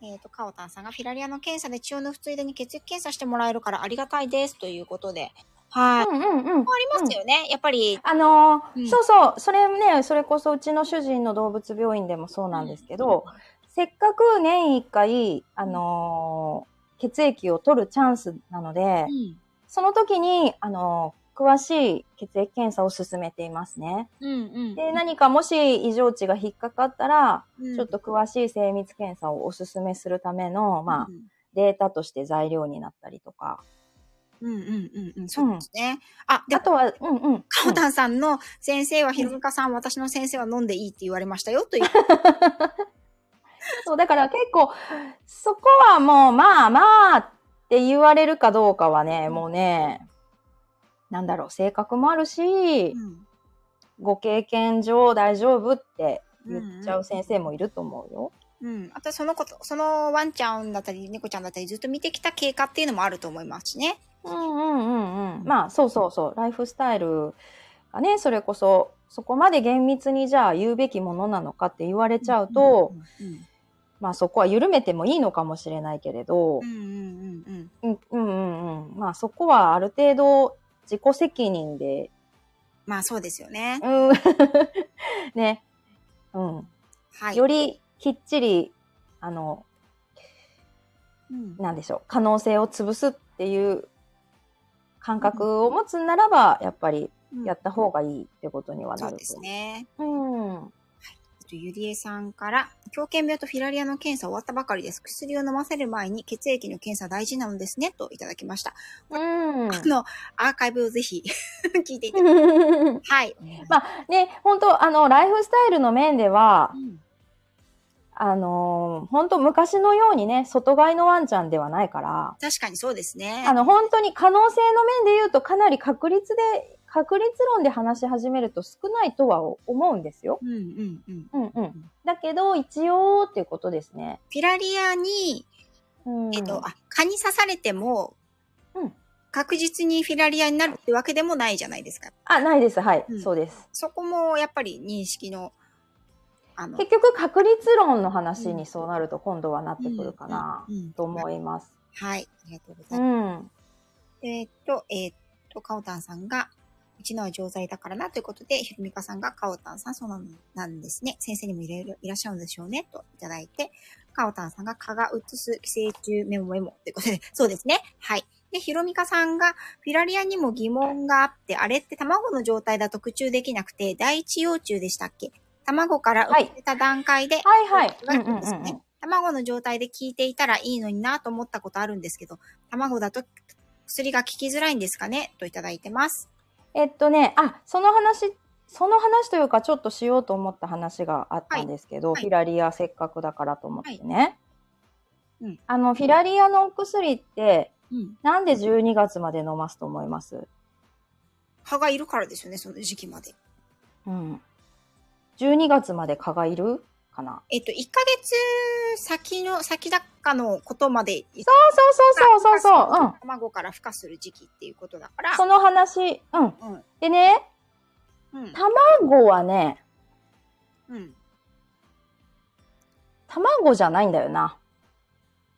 えっ、と、カオタンさんがフィラリアの検査で血を抜くついでに血液検査してもらえるからありがたいですということで。はい。うんうんうん。ありますよね。やっぱり、あのうーんそうそう、それね、それこそうちの主人の動物病院でもそうなんですけど、せっかく年1回、あのー血液を取るチャンスなので、うん。その時に、あのー詳しい血液検査を進めていますね。うんうん。で、何かもし異常値が引っかかったら、うん、ちょっと詳しい精密検査をお勧めするための、まあう、んデータとして材料になったりとか。うんうんうんうん、そうですね。あ、であ、とは、うんうん。カオタンさんの先生は、ひろみかさん、私の先生は飲んでいいって言われましたよ、という。そう、だから結構、そこはもう、まあまあって言われるかどうかはね、もうね、なんだろう、性格もあるし、ご経験上大丈夫って言っちゃう先生もいると思うよ。うん。あと、そのこと、そのワンちゃんだったり、猫ちゃんだったり、ずっと見てきた経過っていうのもあると思いますしね。うんうんうんうん。まあ、そうそうそう。ライフスタイルがね、それこそ、そこまで厳密にじゃあ言うべきものなのかって言われちゃうと、うん、まあそこは緩めてもいいのかもしれないけれどう、んうんうんうんうんうんうん。まあそこはある程度自己責任で、まあ、そうですよね。うん、 ね、うん。はい。よりきっちり、あの、うんなんでしょう、可能性を潰すっていう感覚を持つならば、やっぱりやった方がいいってことにはそうなるでとす思う。ね。うん。えっとゆりえさんから、狂犬病とフィラリアの検査終わったばかりです。薬を飲ませる前に血液の検査大事なのですね、といただきました。うん。あの、アーカイブをぜひ 聞いていただきはい。まね、本当あの、ライフスタイルの面ではう、んあのー本当昔のようにね、外買いのワンちゃんではないから、確かにそうですね。あの、本当に可能性の面で言うとかなり確率で、確率論で話し始めると少ないとは思うんですよ。うんうんうん。うんうん。だけど、一応っていうことですね。フィラリアに、うん。えっと、あ、蚊に刺されても、うん確実にフィラリアになるってわけでもないじゃないですか。あ、ないです。はい、うんそうです。そこもやっぱり認識の、あの、結局、確率論の話にそうなると今度はなってくるかな、うんうんと思います。はい。ありがとうございますう。ん。えーっと、えーっと、カオタンさんが、うちのは錠剤だからなということで、ひろみかさんがカオタンさん、そうなんなんですね。先生にもいろいろいらっしゃるんでしょうね、といただいて、カオタンさんが蚊が移す寄生虫メモメモということで、 そうですね。はい。で、ひろみかさんが、フィラリアにも疑問があって、あれって卵の状態だと駆虫できなくて、第一幼虫でしたっけ卵からはい生まれた段階で、はいはい。があるんですうんうんうんうんね。卵の状態で効いていたらいいのになと思ったことあるんですけど、卵だと薬が効きづらいんですかねといただいてます。えっとね、あ、その話、その話というか、ちょっとしようと思った話があったんですけはど、いはいフィラリアせっかくだからと思ってね。はいうんあの、フィラリアのお薬って、うん。なんで12月まで飲ますと思います蚊がいるからですよね、その時期まで。うん。12月まで蚊がいるかなえっと、1ヶ月先の、先だかのことまで、そうそうそうそうそうそう。うん。卵から孵化する時期っていうことだから、その話、うん。うん、でね、うん、卵はね、うん。卵じゃないんだよな。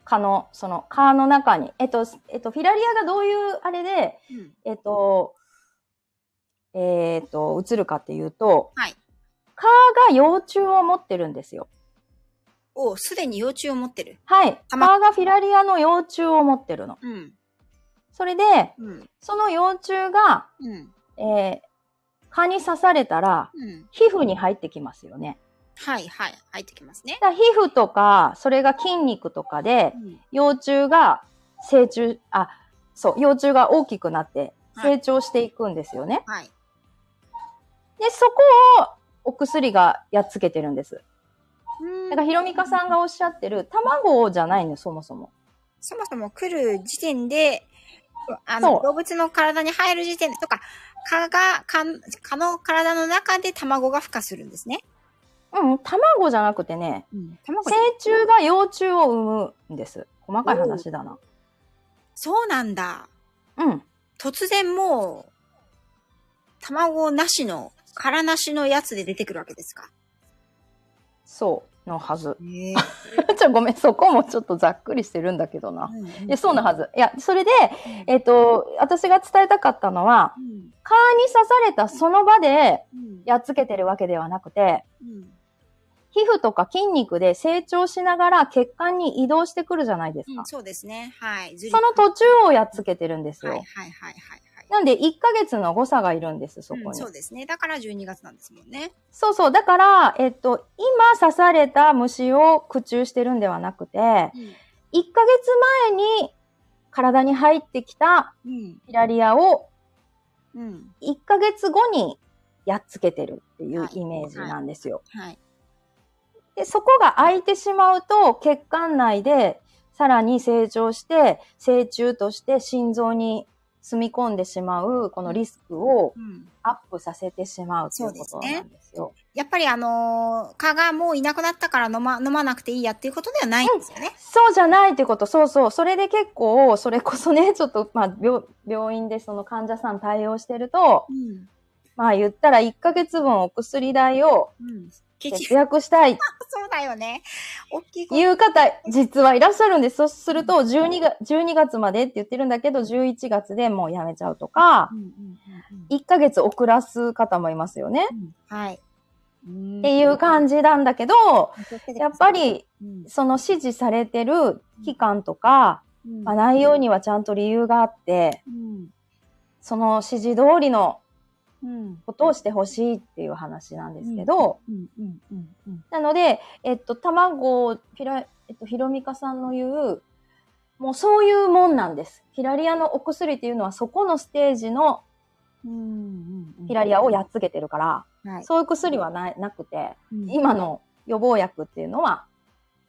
蚊の、その、蚊の中に。えっと、えっと、フィラリアがどういうあれで、うん。えっと、えっと、映るかっていうと、はい。蚊が幼虫を持ってるんですよ。おすでに幼虫を持ってる。はい。卵蚊がフィラリアの幼虫を持ってるの。うん。それで、うん。その幼虫が、うん。えー蚊に刺されたら、うん。皮膚に入ってきますよね。はい、はい。入ってきますね。だから皮膚とか、それが筋肉とかでう、ん。幼虫が成虫、あ、そう、幼虫が大きくなってはい成長していくんですよね。はい。で、そこをお薬がやっつけてるんです。だからひろみかさんがおっしゃってる卵じゃないのよそもそも。そもそも来る時点で、あのそう、動物の体に入る時点で、とか、蚊が、蚊蚊の体の中で卵が孵化するんですね。うん、卵じゃなくてね、うん、卵成虫が幼虫を産むんです。細かい話だな。そうなんだ。うん。突然もう、卵なしの、殻なしのやつで出てくるわけですか。。そう、のはず へえちょ、ごめん、そこもちょっとざっくりしてるんだけどな。いや、そうなはず。いや、それで、えっと、私が伝えたかったのは、うん蚊に刺されたその場でうんやっつけてるわけではなくて、うん皮膚とか筋肉で成長しながら血管に移動してくるじゃないですうかん。そうですね。はい。ずりその途中をやっつけてるんですはいよ。はいはいはいはい。なんで、1ヶ月の誤差がいるんです、そこに。うんそうですね。だから12月なんですもんね。そうそう。だから、えっと、今刺された虫を駆虫してるんではなくて、1ヶ月前に体に入ってきたうん。ピラリアをうん。 1ヶ月後にやっつけてるっていはういイメージなんですよ。はい。で、そこが空いてしまうと、血管内でさらに成長して、成虫として心臓に住み込んでしまう、このリスクをうん。アップさせてしまうということなんですよ。やっぱりあのー蚊がもういなくなったから飲ま、飲まなくていいやっていうことではないんですよね。そうじゃないってこと、そうそう。それで結構、それこそね、 ちょっと、まあ、病病院でその患者さん対応してると、うん。まあ言ったら1ヶ月分お薬代をうん。結節局、約したいっそうだよね。大きいてこと。いう方、実はいらっしゃるんです。そうすると、12月、12月までって言ってるんだけど、11月でもうやめちゃうとかう、んうんうん1ヶ月遅らす方もいますよね。うん。はい。っっていう感じなんだけど、じやっぱ、り、うんその指示されてる期間とか、まあ、内容にはちゃんと理由があって、うん。その指示通りのうん。ことをしてほしいっていう話なんですけど、うんうんうんうん。なので、えっと、卵をピラ、えっと、ひろみかさんの言う、もうそういうもんなんです。ピラリアのお薬っていうのはそこのステージのうんうん。ピラリアをやっつけてるから、はい。そういう薬はななくて、うん今の予防薬っていうのは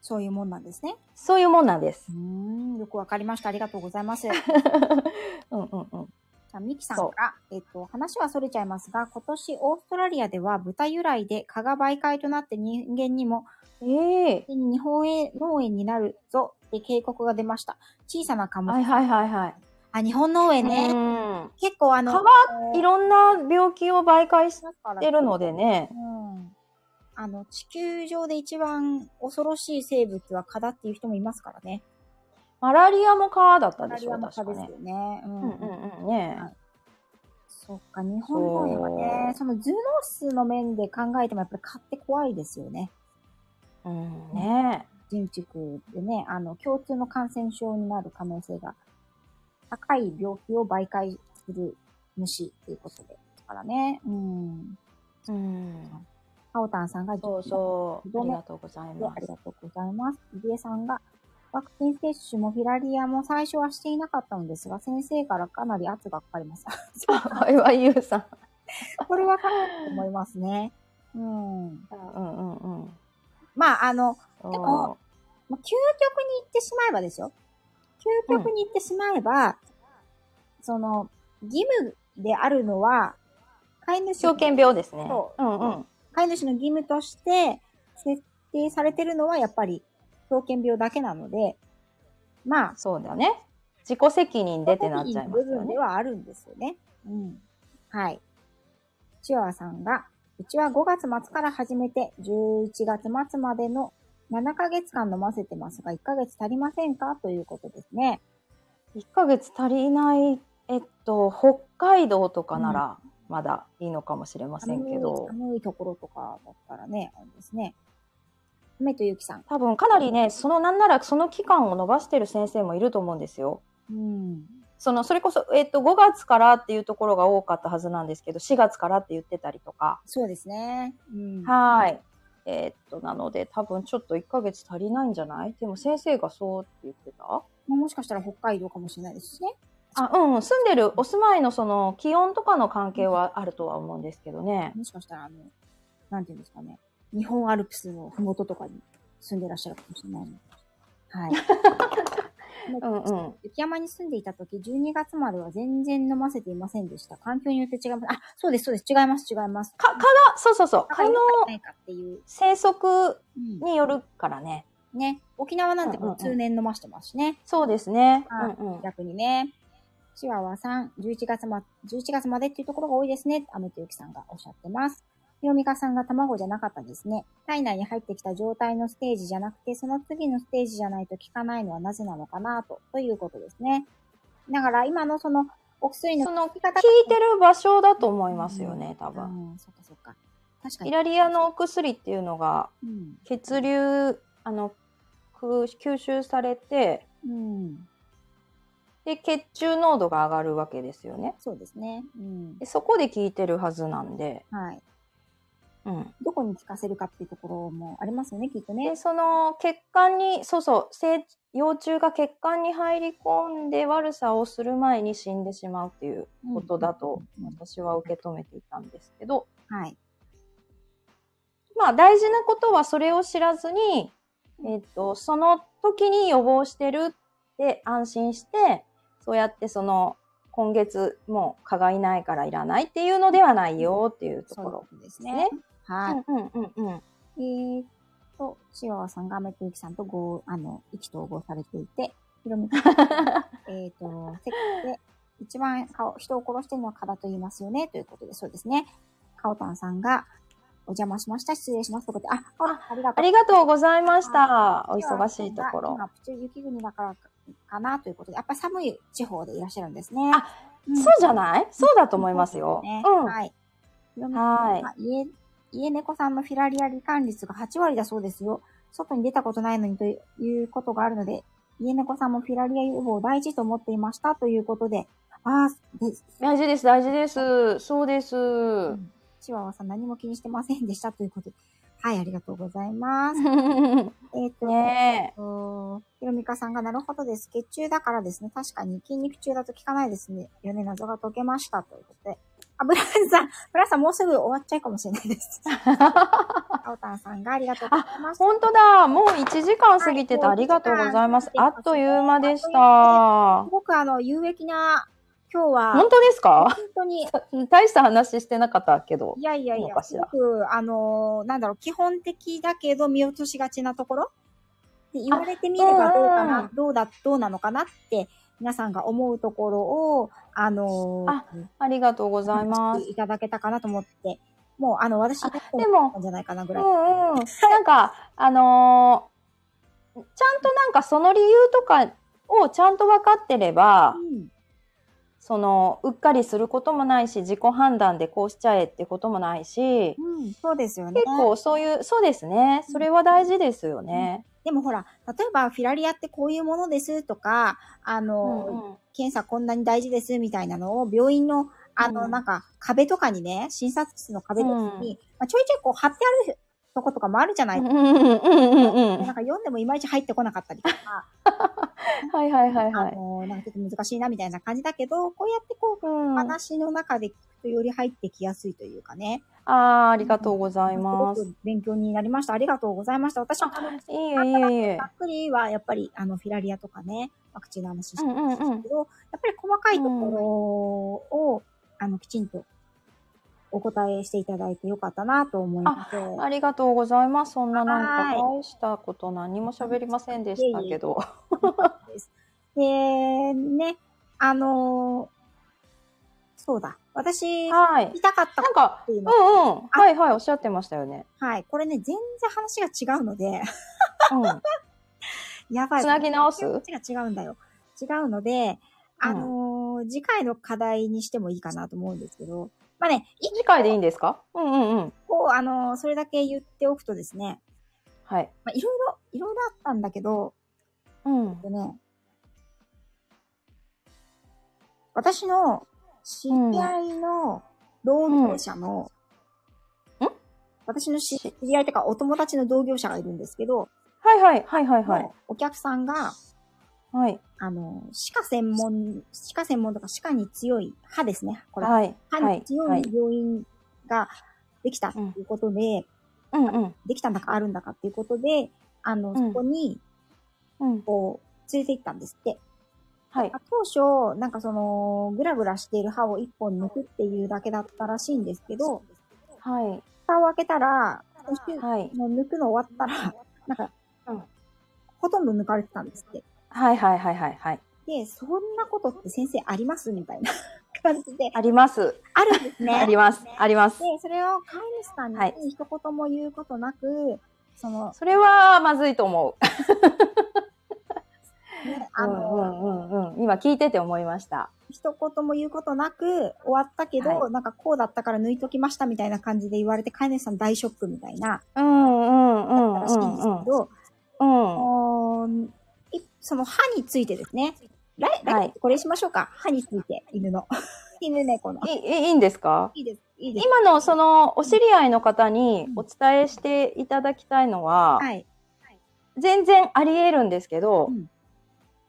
そういうもんなんですね。そういうもんなんです う。ん。よくわかりました。ありがとうございます。うんうんうん。じゃあミキさんそうから、えっと、話はそれちゃいますが、今年オーストラリアでは豚由来で蚊が媒介となって人間にもええ日本へ農園になるぞって警告が出ました。小さな蚊も。はいはいはいはあ、日本農い。園ね。う結構あの、蚊はいん。いろんな病気を媒介しますからてるのでね。うん。あの、地球上で一番恐ろしい生物は蚊だっていう人もいますからね。マラリアも蚊だったマでラしリアょ、も蚊確かですねよ。ね。うんうんうんうんねはいそっか、日本の園はね、その頭脳室の面で考えてもやっぱり蚊って怖いですよね。うんね人畜でね、あの、共通の感染症になる可能性が高い病気を媒介する虫っていうことですからね。うん。うん。かおたんさんがそうそう。ありがとうございであまりす。がとうございます。入江さんが、ワクチン接種もフィラリアも最初はしていなかったのですが、先生からかなり圧がかかりました。あれはゆうさん。これはかなりと思いますね。 うん。うんうんうん。まあ、あの、そうでもまあ、究極に行ってしまえばですよ。究極に行ってしまえば、その、義務であるのは、飼い主狂犬病ですね。そうんうん。飼い主の義務として設定されてるのは、やっぱり狂犬病だけなので、まあ、そうだね。自己責任でってなっちゃいます部よ分でね。はあるんですよね。うん。はい。チワワさんが、うちは5月末から始めて、11月末までの7ヶ月間飲ませてますが、1ヶ月足りませんかということですね。 1ヶ月足りない、えっと、北海道とかなら、まだいいのかもしれませんけど寒い、寒いところとかだったらね、あれですね。梅とゆきさん。多分かなりね、そのなんならその期間を延ばしてる先生もいると思うんですよ。うん。そのそれこそ、えっと5月からっていうところが多かったはずなんですけど4月からって言ってたりとかそうですね。うん。はいえっとなので多分ちょっと1ヶ月足りないんじゃないでも先生がそうって言ってたまあもしかしたら北海道かもしれないですしね。あうんうん住んでるお住まいのその気温とかの関係はあるとは思うんですけどねもしかしたら、あの、なんていうんですかね。日本アルプスのふもととかに住んでらっしゃるかもしれないので。 はい。うんうん雪山に住んでいた時、12月までは全然飲ませていませんでした。環境によって違います。あ、そうです、そうです。違います、違います。か蚊がそうそうそう蚊のないかっていう。生息うんによるからねね。沖縄なんてもううんうん通年飲ましてますしね。そうですねはいうんうん逆にね。チワワさん、11月ま、11月までっていうところが多いですね。アメとユキさんがおっしゃってます。ひろみかさんが卵じゃなかったですね。体内に入ってきた状態のステージじゃなくて、その次のステージじゃないと効かないのはなぜなのかなと、ということですね。だから今のその、お薬のその効き方聞いてる場所だと思いますよね多あ分ーそっかそっか。確かイに。ラリアのお薬っていうのがうん。血流あのく吸収されてうん。で、血中濃度が上がるわけですよね。そうですね。うんで。そこで効いてるはずなんで、はい。うん。どこに効かせるかっていうところもありますよね、きっとねで、。その血管に、そうそう、成幼虫が血管に入り込んで悪さをする前に死んでしまうっていうことだとうんうんうん私は受け止めていたんですけど、はい。まあ大事なことはそれを知らずに、えっと、その時に予防してるって安心して、そうやってその今月もう蚊がいないからいらないっていうのではないよっていうとそういうこころとですですねね。。はい。うんうんうん うん。えーっと、シワワさんがアメとユキさんと合、あの、意気投合されていて、ヒロミさんが、えーっと、世界で一番顔、人を殺してるのはカバと言いますよね、ということで、そうですね。カオタンさんが、お邪魔しました、失礼します、ということで、あ、カオタンありがとあう。りがとうございましはた。お忙しいところ。今、プチ雪国だからかな、ということで、やっぱ寒い地方でいらっしゃるんですね。あうん、そうじゃないそうだと思いますよ。ねうん。はい。ヒロミさんはい。あ家、家猫さんのフィラリア罹患率が8割だそうですよ。外に出たことないのにということがあるので、家猫さんもフィラリア予防を大事と思っていましたということで、ああ、で、大事です、大事です。そうです。チワワさん何も気にしてませんでしたということで。はい、ありがとうございます。えっと、 ねえ。とひろみかさんが、なるほどです。血中だからですね。確かに筋肉中だと効かないですね。よね、謎が解けました。ということで。あ、ブランさん、ブランさんもうすぐ終わっちゃうかもしれない です。あおたんさんがありがとうございました。本当だ。もう1時間過ぎてた。ありがとうございます。あっという間でした。す本ごくあの、有益な、今日は、当です本か当に、大した話してなかったけどい。やいやいいいのや、かすしごらく、あの、なんだろう、基本的だけど見落としがちなところで言われてみればどうかうんう、なんどうだ、どうなのかなって、皆さんが思うところを、あの、あありがとうございます。いただけたかなと思って、もう、あの、私、ででも、じゃないかなぐうらい。んうん。なんか、あのーちゃんとなんかその理由とかをちゃんと分かってれば、うんそのうっかりすることもないし自己判断でこうしちゃえってこともないしうん、そうですよね結。構そういうそうですねそれは大事ですよね。でもほら、例えばフィラリアってこういうものですとか、あの、うん検査こんなに大事ですみたいなのを病院の、あの、うんなんか壁とかにね、診察室の壁とかに、まあ、ちょいちょいこう貼ってあるとことかもあるじゃない、うんうんうんうんうんなんか読んでもいまいち入ってこなかったりとか、はいはいはいはあい。の、なんかちょっと難しいなみたいな感じだけど、こうやってこう、うん、あ話の中で聞くとより入ってきやすいというかね。ーありがとうございますす。ごく勉強になりました。ありがとうございました。私もあのいえいえいえざ。っくりはやっぱりあのフィラリアとかね、ワクチンの話してたうんうんんですけど、うんやっぱり細かいところを、あのきちんとお答えしていただいてよかったなと思います。ありがとうございます。そんななんかは大したこと何も喋りませんでしたけど。で、ね、あのーそうだ。私、言はいい。たかったなんことか、っていううんのは、うん。はいはい、おっしゃってましたよね。はい。これね、全然話が違うので、 うん。やばい。つなぎ直すこっちが違うんだよ。違うので、あのー次回の課題にしてもいいかなと思うんですけど、まあね、一次回でいいんですかうんうんうん。個、あのーそれだけ言っておくとですね、はい。まあ、いろいろ、いろいろあったんだけど、うん。でね、私の知り合いの労働者の、うんん私の知知り合いとかお友達の同業者がいるんですけど、はいはいはいはいはい。お客さんが、はい。あの、歯科専門、歯科専門とか歯科に強い歯ですね。これ、はい。歯はにい。強はいい。病院ができたということで、うんうん。できたんだかあるんだかっていうことで、あの、んそこに、うん。こう、連れて行ったんですって。はい。当初、なんかその、ぐらぐらしている歯を一本抜くっていうだけだったらしいんですけど、はい。蓋を開けたら、そして、はい。もう抜くの終わったら、なんか、うんほとんど抜かれてたんですって。はいはいはいはいはい。で、そんなことって先生ありますみたいな感じで、あります。あるんですね。あります。ありますで。、それを飼い主さんはいに一言も言うことなく、その、それはまずいと思う。ね、うあんの、うんうんうん。今聞いてて思いました。一言も言うことなく終わったけど、はなんかこうだったから抜いときましたみたいな感じで言われて飼い主さん大ショックみたいな、うんうんうらしいんですけど、うん。うーんいその歯についてですね、来、来はい、これしましょうか。歯について、犬 の。犬猫の。いいいいんですかいいです。いいです。今のそのお知り合いの方にうんお伝えしていただきたいのは、はい。全然あり得るんですけど、うん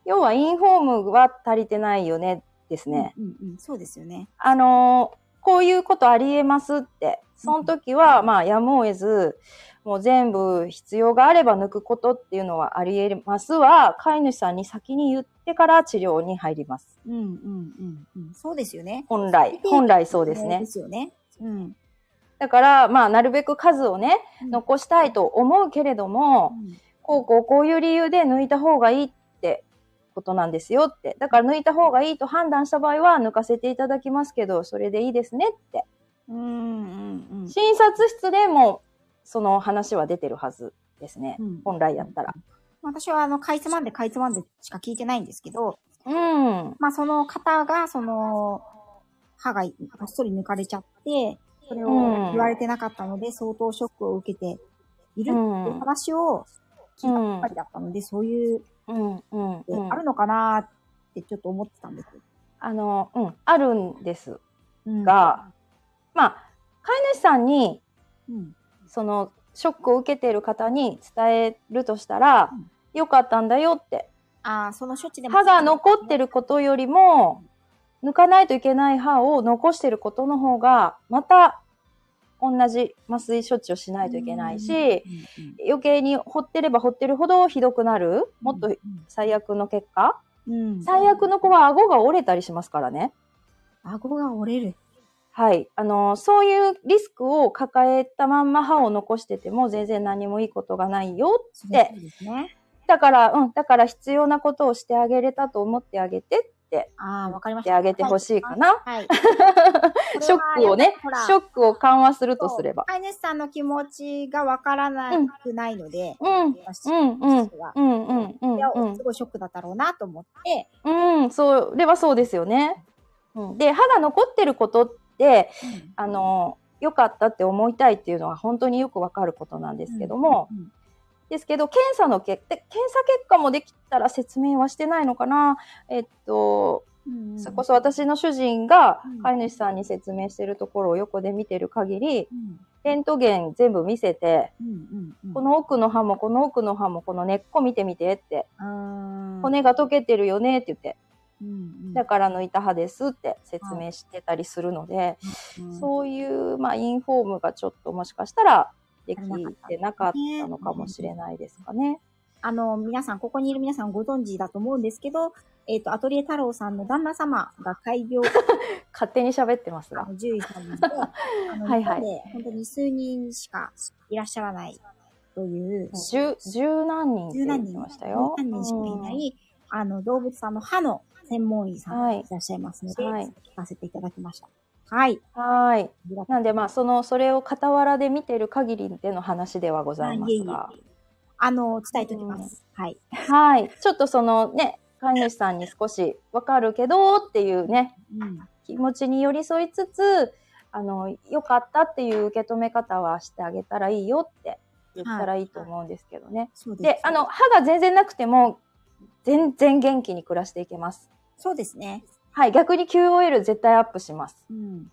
要はインフォームは足りてないよねですね。うんうんうん、そうですよね。あのーこういうことありえますって、その時は、まあやむを得ず、もう全部必要があれば抜くことっていうのはあり得ますは、飼い主さんに先に言ってから治療に入ります。うんうんうんうん。そうですよね。本来、本来そうですでね。すよね。うん。だから、まあなるべく数をね、の残したいと思うけれども、こうこうこういう理由で抜いた方がいいってことなんですよって。だから抜いた方がいいと判断した場合は抜かせていただきますけど、それでいいですねって。うんうんうん。診察室でもその話は出てるはずですね。うん本来やったら。私は、あの、かいつまんでかいつまんでしか聞いてないんですけど、うん。まあ、その方が、その、歯が、こっそり抜かれちゃって、それをうん言われてなかったので、相当ショックを受けているうっん。てう。いうん話を聞いたばっかりだったので、そういう、うん。うん。あるのかなーってちょっと思ってたんです。あの、うん。あるんですうんが、まあ、飼い主さんにうん。そのショックを受けている方に伝えるとしたらうん、よかったんだよって。ああ、その処置でも。歯が残ってることよりも、抜かないといけない歯を残してることの方が、また同じ麻酔処置をしないといけないし、うん、うん余計に掘ってれば掘ってるほどひどくなる、もっと、最悪の結果、うん、最悪の子は顎が折れたりしますからね。顎が折れる。はい。あの、そういうリスクを抱えたまんま歯を残してても全然何もいいことがないよそっうて。ですね。だから、うん、だから必要なことをしてあげれたと思ってあげてってああ、わかり言まっしてた。あげてほしいかな。はい。 ショックをねこれはやっぱりほら、ショックを緩和するとすれば。飼い主さんの気持ちがわからなくないので、うん、うん、私うん、うん、はう、ん、うん、いやうんすごいショックだったろうなと思って、うん、うん、それはそうですよね。うんで、歯が残ってることって、あの、良かったって思いたいっていうのは本当によくわかることなんですけども、うん、うんですけど、検査の結で検査結果もできたら説明はしてないのかな。えっと、うんそれこそ私の主人がうん飼い主さんに説明してるところを横で見てる限り、うんレントゲン全部見せて、うんうん、この奥の歯もこの奥の歯もこの根っこ見てみてって、あー、骨が溶けてるよねって言って、うんうん、だから抜いた歯ですって説明してたりするので、うんそういう、まあ、インフォームがちょっともしかしたらできてなかったのかもしれないですかね。あの、皆さん、ここにいる皆さんご存知だと思うんですけど、えっ、と、アトリエ太郎さんの旦那様が開業勝手に喋ってますあが。の獣医さ んなので、あのはいはい日本で本当に数人しかいらっしゃらないという、十、十何人って十言っ何て人、ましたよ。十何人しかいない、あの、動物さんの歯の専門医さんがいらっしゃいますので、はい聞かせていただきました。はい。うんはい。ありがとうなんでまあ、その、それを傍らで見てる限りでの話ではございまいえいすえが。あの、伝えておきます。はい。はい。ちょっとそのね、飼い主さんに少しわかるけどっていうね、うん。気持ちに寄り添いつつ、あの、良かったっていう受け止め方はしてあげたらいいよって言ったらいいと思うんですけどね。そうです。で、あの、、歯が全然なくても、全然元気に暮らしていけます。そうですね。はい、逆に QOL 絶対アップします。うん。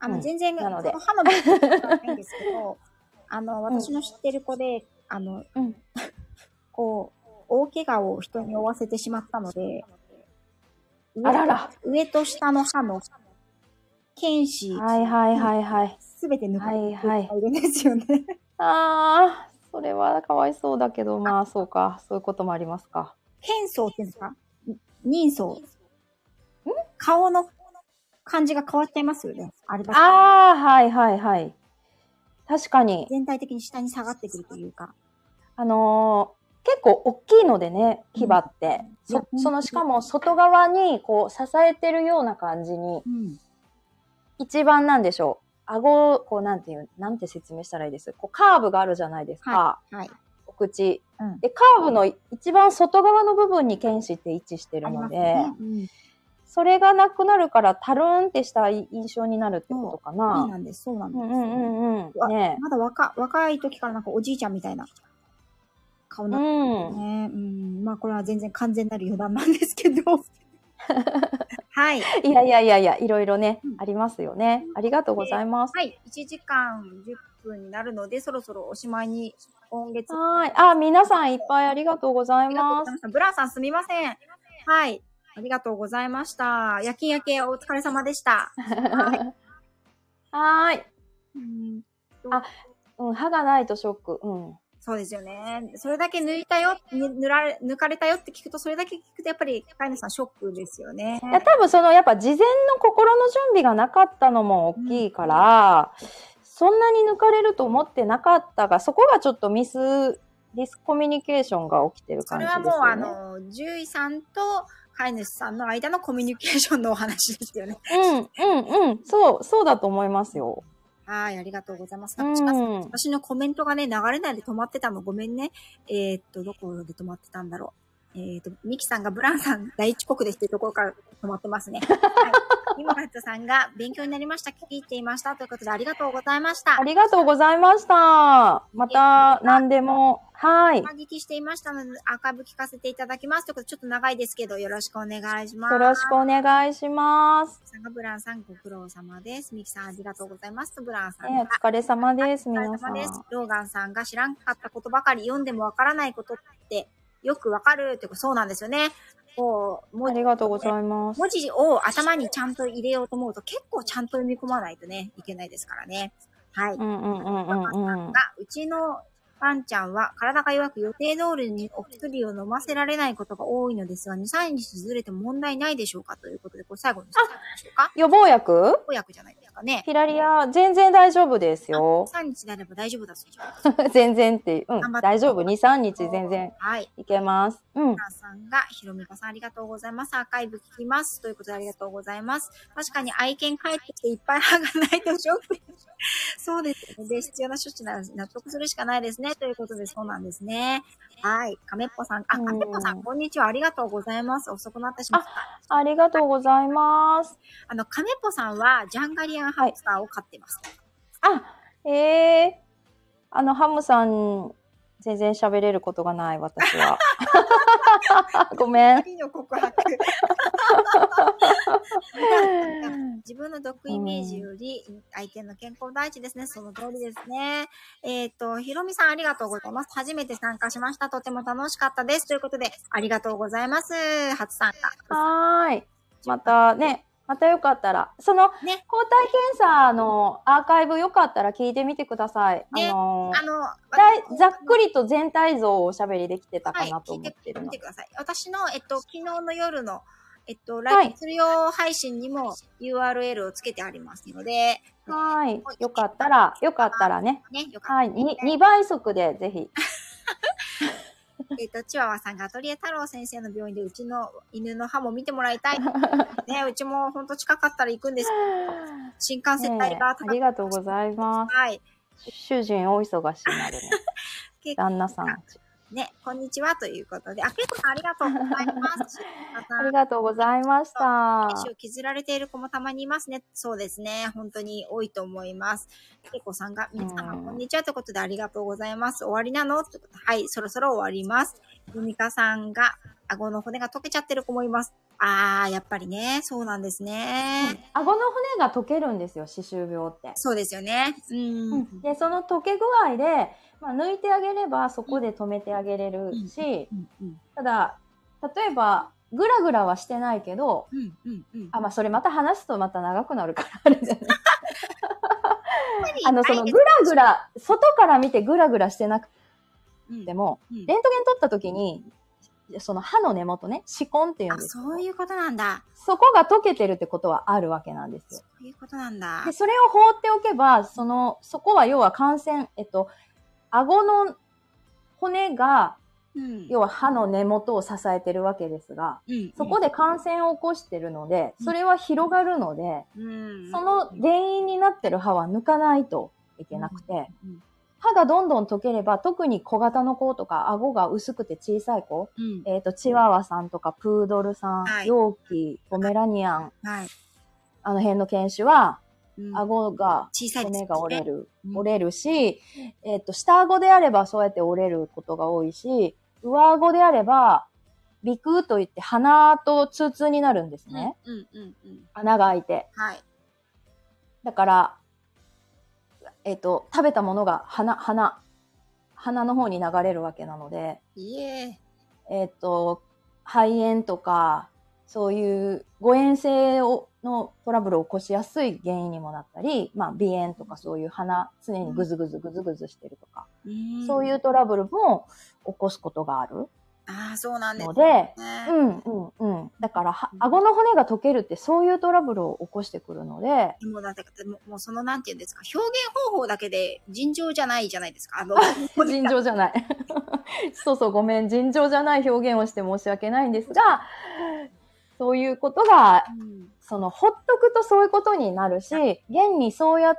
あの、うん全然、なのでそ歯の部分はないんですけど、あの、私の知ってる子で、あの、うん。こう、大怪我を人に負わせてしまったので、あらら。上と下の歯の、剣歯、はいはいはいはい。すべて抜かれてはいはいるんですよね。あー、それはかわいそうだけど、まあそうか、そういうこともありますか。変相っていうんですか人相。ん顔の感じが変わっちゃいますよね。あれだけあー、はいはいはい。確かに。全体的に下に下がってくるというか。あのー結構大きいのでね、牙って。うんいやそそ本当の、にしかも外側にこう支えてるような感じに、うん。一番なんでしょう。顎を、こうなんていう、なんて説明したらいいです。こうカーブがあるじゃないですか。はい。お口。うん。で、カーブの一番外側の部分に剣歯って位置してあるりまのすで、ね。うん。それがなくなるから、タルーンってした印象になるってことかそうな。なんです。そうなんうです。んうんうんうわん。ねまだ若、若い時からなんかおじいちゃんみたいな顔え。にうなってん。ね、うん、まあこれは全然完全なる余談なんですけど、はい。いやいやいやいや、いろいろねうん、ありますよね。ありがとうございます。はい。1時間10分になるので、そろそろおしまいに、今月。はい。あ、皆さんいっぱいありがとうござあいりがとうまござい。すました。ブランさんすみません。はい。ありがとうございました。夜勤明けお疲れ様でした。 はーい。うんうん、歯がないとショック。うん。そうですよね。それだけ抜いたよ、ぬ塗られ、抜かれたよって聞くと、それだけ聞くと、やっぱり、飼い主さんショックですよね。いや、多分その、やっぱ事前の心の準備がなかったのも大きいから、そんなに抜かれると思ってなかったが、そこがちょっとミス、ディスコミュニケーションが起きてるそ感れじはですもう、よあね。の、獣医さんと飼い主さんの間のコミュニケーションのお話ですよね。 うん、うん、うん。そう、そうだと思いますよ。はい、ありがとうございます。うん私のコメントがね、流れないで止まってたの、ごめんね。えーっと、どこで止まってたんだろう。えーっと、ミキさんがブランさん第一国ですっていうところから止まってます ね。はい。今ットさんが勉強になりました、聞き入っていましたということでありがとうございましたあ。りがとうございました。また、何でも。はい。よ感激していましたので、アーカイブ聞かせていただきます。ということで、ちょっと長いですけど、よろしくお願いします。ろしくお願いします。さんがブランさん、ご苦労様です。ミキさん、ありがとうございます。ブランさんがね、お疲れ様です、お疲れ皆さ様ん。です。ローガンさんが知らんかったことばかり読んでもわからないことってよくわかるってことそうなんですよね。こう、あ文り字がとうございます。文字を頭にちゃんと入れようと思うと結構ちゃんと読み込まないとね、いけないですからね。はい。うんうんうんうんうが、ん。うちのワンちゃんは体が弱く予定通りにお薬を飲ませられないことが多いのですが、2、3日ずれても問題ないでしょうかということで、これ最後にしたんでしょうか予防薬お薬じゃないですかね。ピラリア、全然大丈夫ですよ。 3日であれば大丈夫だそうです。 全然って、う頑張っん、て大丈夫。2、3日全然。はい。いけます。うん。さんさんが、ひろみかさんありがとうございます。アーカイブ聞きます。ということでありがとうございます。確かに愛犬帰ってきていっぱい歯がないとショック。そうですね。で、必要な処置なら納得するしかないですね。ということで、そうなんですね。はい。カメッポさん、あ、カうんメッポさん、こんにちは。ありがとうございます。遅くなってしまった。あありがとうございます。の、カメッポさんは、ジャンガリアンハムスターを飼ってます。あ、ええあの、ハムさん、全然喋れることがない、私は。 ごめん。い、の告白。自分の毒イメージより相手の健康第一ですね。その通りですね。えっ、と、ひろみさんありがとうございます。初めて参加しました。とても楽しかったです。ということで、ありがとうございます。初参加。はーい。またね、またよかったら、その、ね抗体検査のアーカイブよかったら聞いてみてください。ねあのーあの、だいざっくりと全体像をおしゃべりできてたかはいなと聞い思っててるみのてで。ください。私の、えっと、昨日の夜の、えっと、はラいイブするよ配信にも URL をつけてありますので、はい。よかったら、よかったらね。ね、よかっはい。に2倍速で ぜひ。たら、えっと、チワワさんがアトリエ太郎先生の病院でうちの犬の歯も見てもらい たい。ね、うちも本当近かったら行くんですけど、新幹線代ねえがあ高くりがとうございまはい。す。主人お忙しいのでね。 結構旦那さん。ね、こんにちはということで、あ、けいこさんありがとうござい ます。ありがとうございました。足を削られている子もたまにいますね。そうですね。本当に多いと思います。けいこさんが、皆様うんこんにちはということでありがとうございます。終わりなのということではい、そろそろ終わります。ゆみかさんが、顎の骨が溶けちゃってる子もいます。あー、やっぱりね、そうなんですね。顎の骨が溶けるんですよ、歯周病って。そうですよね。うん。で、その溶け具合で、まあ、抜いてあげればそこで止めてあげれるし、うん、うん、ただ、例えば、グラグラはしてないけど、うん、うん、うん。あ、まあ、それまた話すとまた長くなるから、あれだよね。あの、その、はグいラグラ、外から見てグラグラしてなくうんても、うんレントゲン取った時に、その歯の根元ね、歯根っていうんあ、ですそういうことなんだ。そこが溶けてるってことはあるわけなんですよそ。ういうことなんだで、。それを放っておけば、その、そこは要は感染、えっと、顎の骨が、うん要は歯の根元を支えてるわけですが、そこで、で感染を起こしてるので、それは広がるので、うんその原因になってる歯は抜かないといけなくて、歯がどんどん溶ければ、特に小型の子とか、顎が薄くて小さい子、うんえっ、と、チワワさんとか、プードルさん、はい容器、ポメラニアン、はい。あの辺の犬種は、うん顎が小さいです骨が折れる。る、うん折れるし、えっ、と、下顎であればそうやって折れることが多いし、上顎であれば、鼻腔といって鼻と痛痛になるんですね。うんうんうん。穴が開いて。はい。だから、えっ、と、食べたものが鼻、鼻、鼻の方に流れるわけなので、いえ。えっ、と、肺炎とか、そういう誤嚥性をのトラブルを起こしやすい原因にもなったり、まあ、鼻炎とかそういう鼻、常にぐずぐずぐずぐずしてるとか、そういう。トラブルも起こすことがあるああ、そうなんですのね。で、うでんうんうん。だから、は顎の骨が溶けるってそういうトラブルを起こしてくるので、もうなんていうか、もうもうそのなんていうんですか、表現方法だけで尋常じゃないじゃないですか。あの、 尋常じゃない。 そうそう、ごめん。尋常じゃない表現をして申し訳ないんですが、そういうことが、うんその、ほっとくとそういうことになるし、現にそうやっ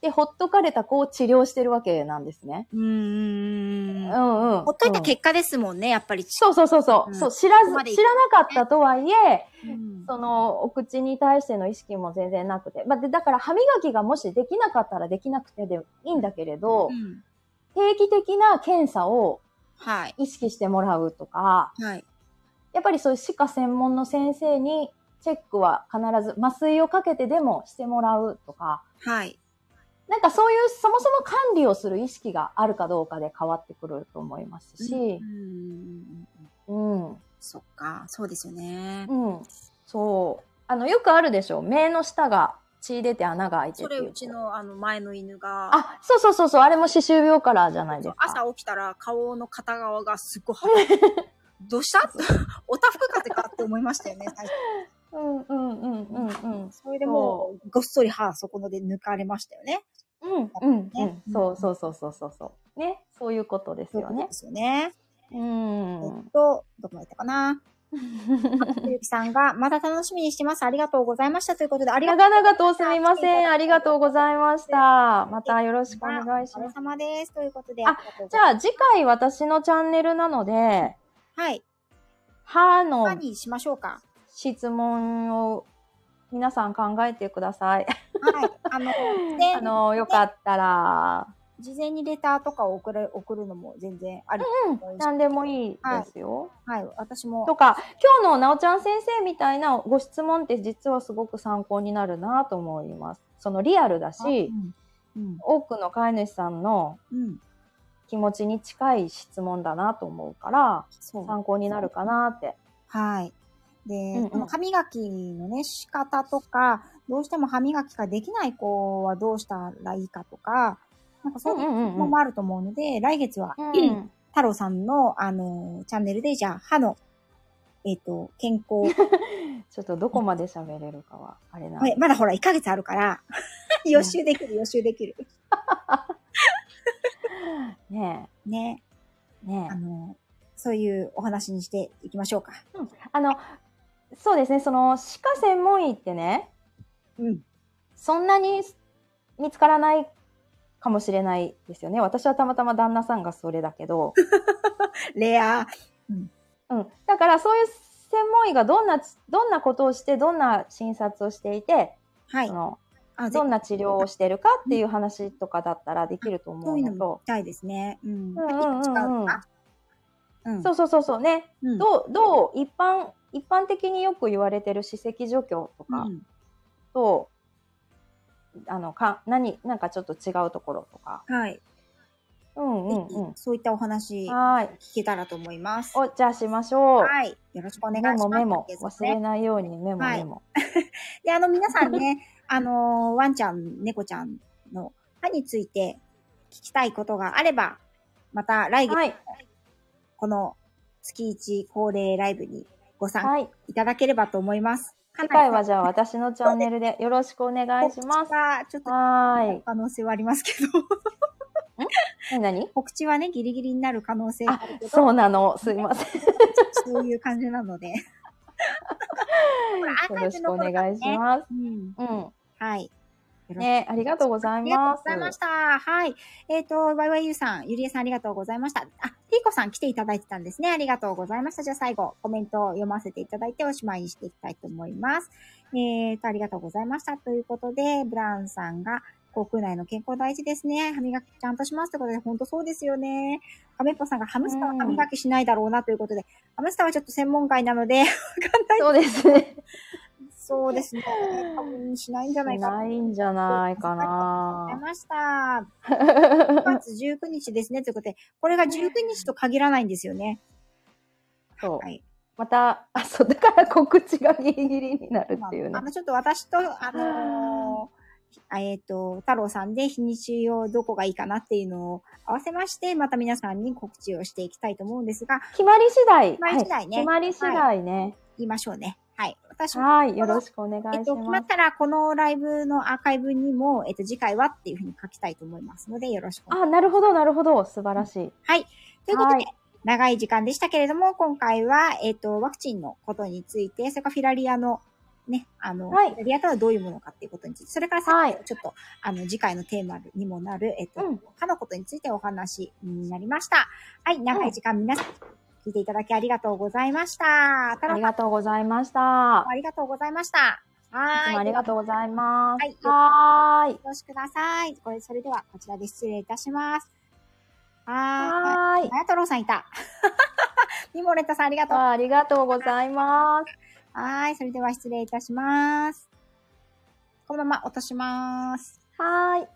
てほっとかれた子を治療してるわけなんですね。うんうんううんんううん。ん。ほっといたうん結果ですもんね、やっぱり。そうそうそうそう。うんそう知らず、ここまでいい知らなかったとはいえ、うんその、お口に対しての意識も全然なくて。まあ、で、だから歯磨きがもしできなかったらできなくてでいいんだけれどう、ん定期的な検査をはい。意識してもらうとか、はい。やっぱりそういう歯科専門の先生にチェックは必ず麻酔をかけてでもしてもらうとか、はい。なんかそういうそもそも管理をする意識があるかどうかで変わってくると思いますしう、んうん、うん、そっか、そうですよね。そう。あの、よくあるでしょ目の下が血出て穴が開いてそっていれう。うちのあの前の犬が、あ、そうそうそうそう、あれも歯周病からじゃないですか。朝起きたら顔の片側がすっごい腫れて どうした おたふく風邪かって思いましたよね、最初。うんうんうんうんうん。それでもう、ごっそり歯、そこので抜かれましたよね。うんうんうんね。そうそうそうそうそうそう。ね、そういうことですよそういうことねで。すよね。うん。えっと、どこまで行ったかな。ゆうきさんが、まだ楽しみにしてます。ありがとうございました。ということで、ありがとう長々とすみません。ありがとうございました。またよろしくお願いしお疲まれす。様です。ということで、ありがとうごじざいまゃあ次回私のチャンネルなので、すはい。歯他のにしましょうか。質問を皆さん考えてください。はい。あの、 あの、よかったら、事前にレターとかを送る送るのも全然あり、うん、何でもいいですよ。はい、私も。とか、今日のなおちゃん先生みたいなご質問って実はすごく参考になるなと思います。そのリアルだし、うん。多くの飼い主さんのうん。気持ちに近い質問だなと思うから、そう。参考になるかなって。はい。で、んうんこの歯磨きのね、仕方とか、どうしても歯磨きができない子はどうしたらいいかとか、なんかそういうのもあると思うので、来月は、うん、太郎さんの、あのーチャンネルで、じゃあ、歯の、えっ、と、健康、 ちょっとどこまで喋れるかは、あれな。はいまだほら、1ヶ月あるから、予習できる、予習できる。ねね。え、ねあえ。のーそういうお話にしていきましょうか。あの、そうですね、その、歯科専門医ってね、うん。そんなに見つからないかもしれないですよね。私はたまたま旦那さんがそれだ けど。レア。うん。だからそういう専門医がどんな、どんなことをして、どんな診察をしていて、はそい。のあどんな治療をしてるかっていう話とかだったらできると思そうういうののもと聞き。たいですね。うん。うんうんうんうん使うとか。うん。そうそうそうそうね。うん。どう、どう、一般、一般的によく言われてる歯石除去とかうんと、あの、か、何、なんかちょっと違うところとか。はい。うんうんぜうひそういったお話ん。聞はーい。けたらと思います。お、じゃあしましょう。はい。よろしくお願いしメます。モメモで。すね忘れないようにメモはいメモ。で、あの、皆さんね、 あのー、ワンちゃん、猫ちゃんの歯について聞きたいことがあれば、また来月、はい。この月一恒例ライブにご参加はい。いただければと思います。次回はじゃあ私のチャンネルでよろしくお願いします。はちょっとはーい。可能性はありますけど、何何告知はね、ギリギリになる可能性があるけど、そうなの。すいません。そういう感じなので。よろしくお願いします。 うん。うはい。ん。ね、ありがとうございあます。りがとうございました。はい。えっ、と、ワイワイユーさん、ゆりえさんありがとうございました。あ、ピーコさん来ていただいてたんですね。ありがとうございました。じゃあ最後、コメントを読ませていただいておしまいにしていきたいと思います。えっ、と、ありがとうございました。ということで、ブラウンさんが、国内の健康大事ですね。歯磨きちゃんとしますってことで、本当そうですよね。カメッポさんがハムスターは歯磨きしないだろうなということで、ハムスターはちょっと専門外なので、わかんない。そうですね。そうですね。多分しないんじゃないかなといんじゃないか思いな。ました。5月19日ですね。ということで、これが19日と限らないんですよね。そうはい。また、あ、そう、だから告知がギリギリになるまっていうあ、あね。の、ちょっと私と、あのーえっ、と、太郎さんで日にちをどこがいいかなっていうのを合わせまして、また皆さんに告知をしていきたいと思うんですが、決まり次第。決まり次第ねはい決まり次第ね。言いましょうね。はい。私も、はい。よろしくお願いえっしと、決ままっす。たら、このライブのアーカイブにも、えっと、次回はっていうふうに書きたいと思いますので、よろしくお願いしますあ、なるほど、なるほど。素晴らしい。ということで、はい長い時間でしたけれども、今回は、えっ、と、ワクチンのことについて、それからフィラリアの、ね、あの、はいフィラリアとはどういうものかっていうことについて、それからさ、はいちょっと、あの、次回のテーマにもなる、えっ、と、うんかのことについてお話になりました。はい、長い時間皆さん、聞いていただきありがとうございました。太郎あさりんがとうございましたも。ありがとうございました。はいーつい。もありがとうございます。ははーい。お越しください。これ、それでは、こちらで失礼いたします。はーい。はーい。あや太郎さんいた。ミモレッタさんありがとう。ありがとうございます。はい、それでは失礼いたします。このまま落とします。はーい。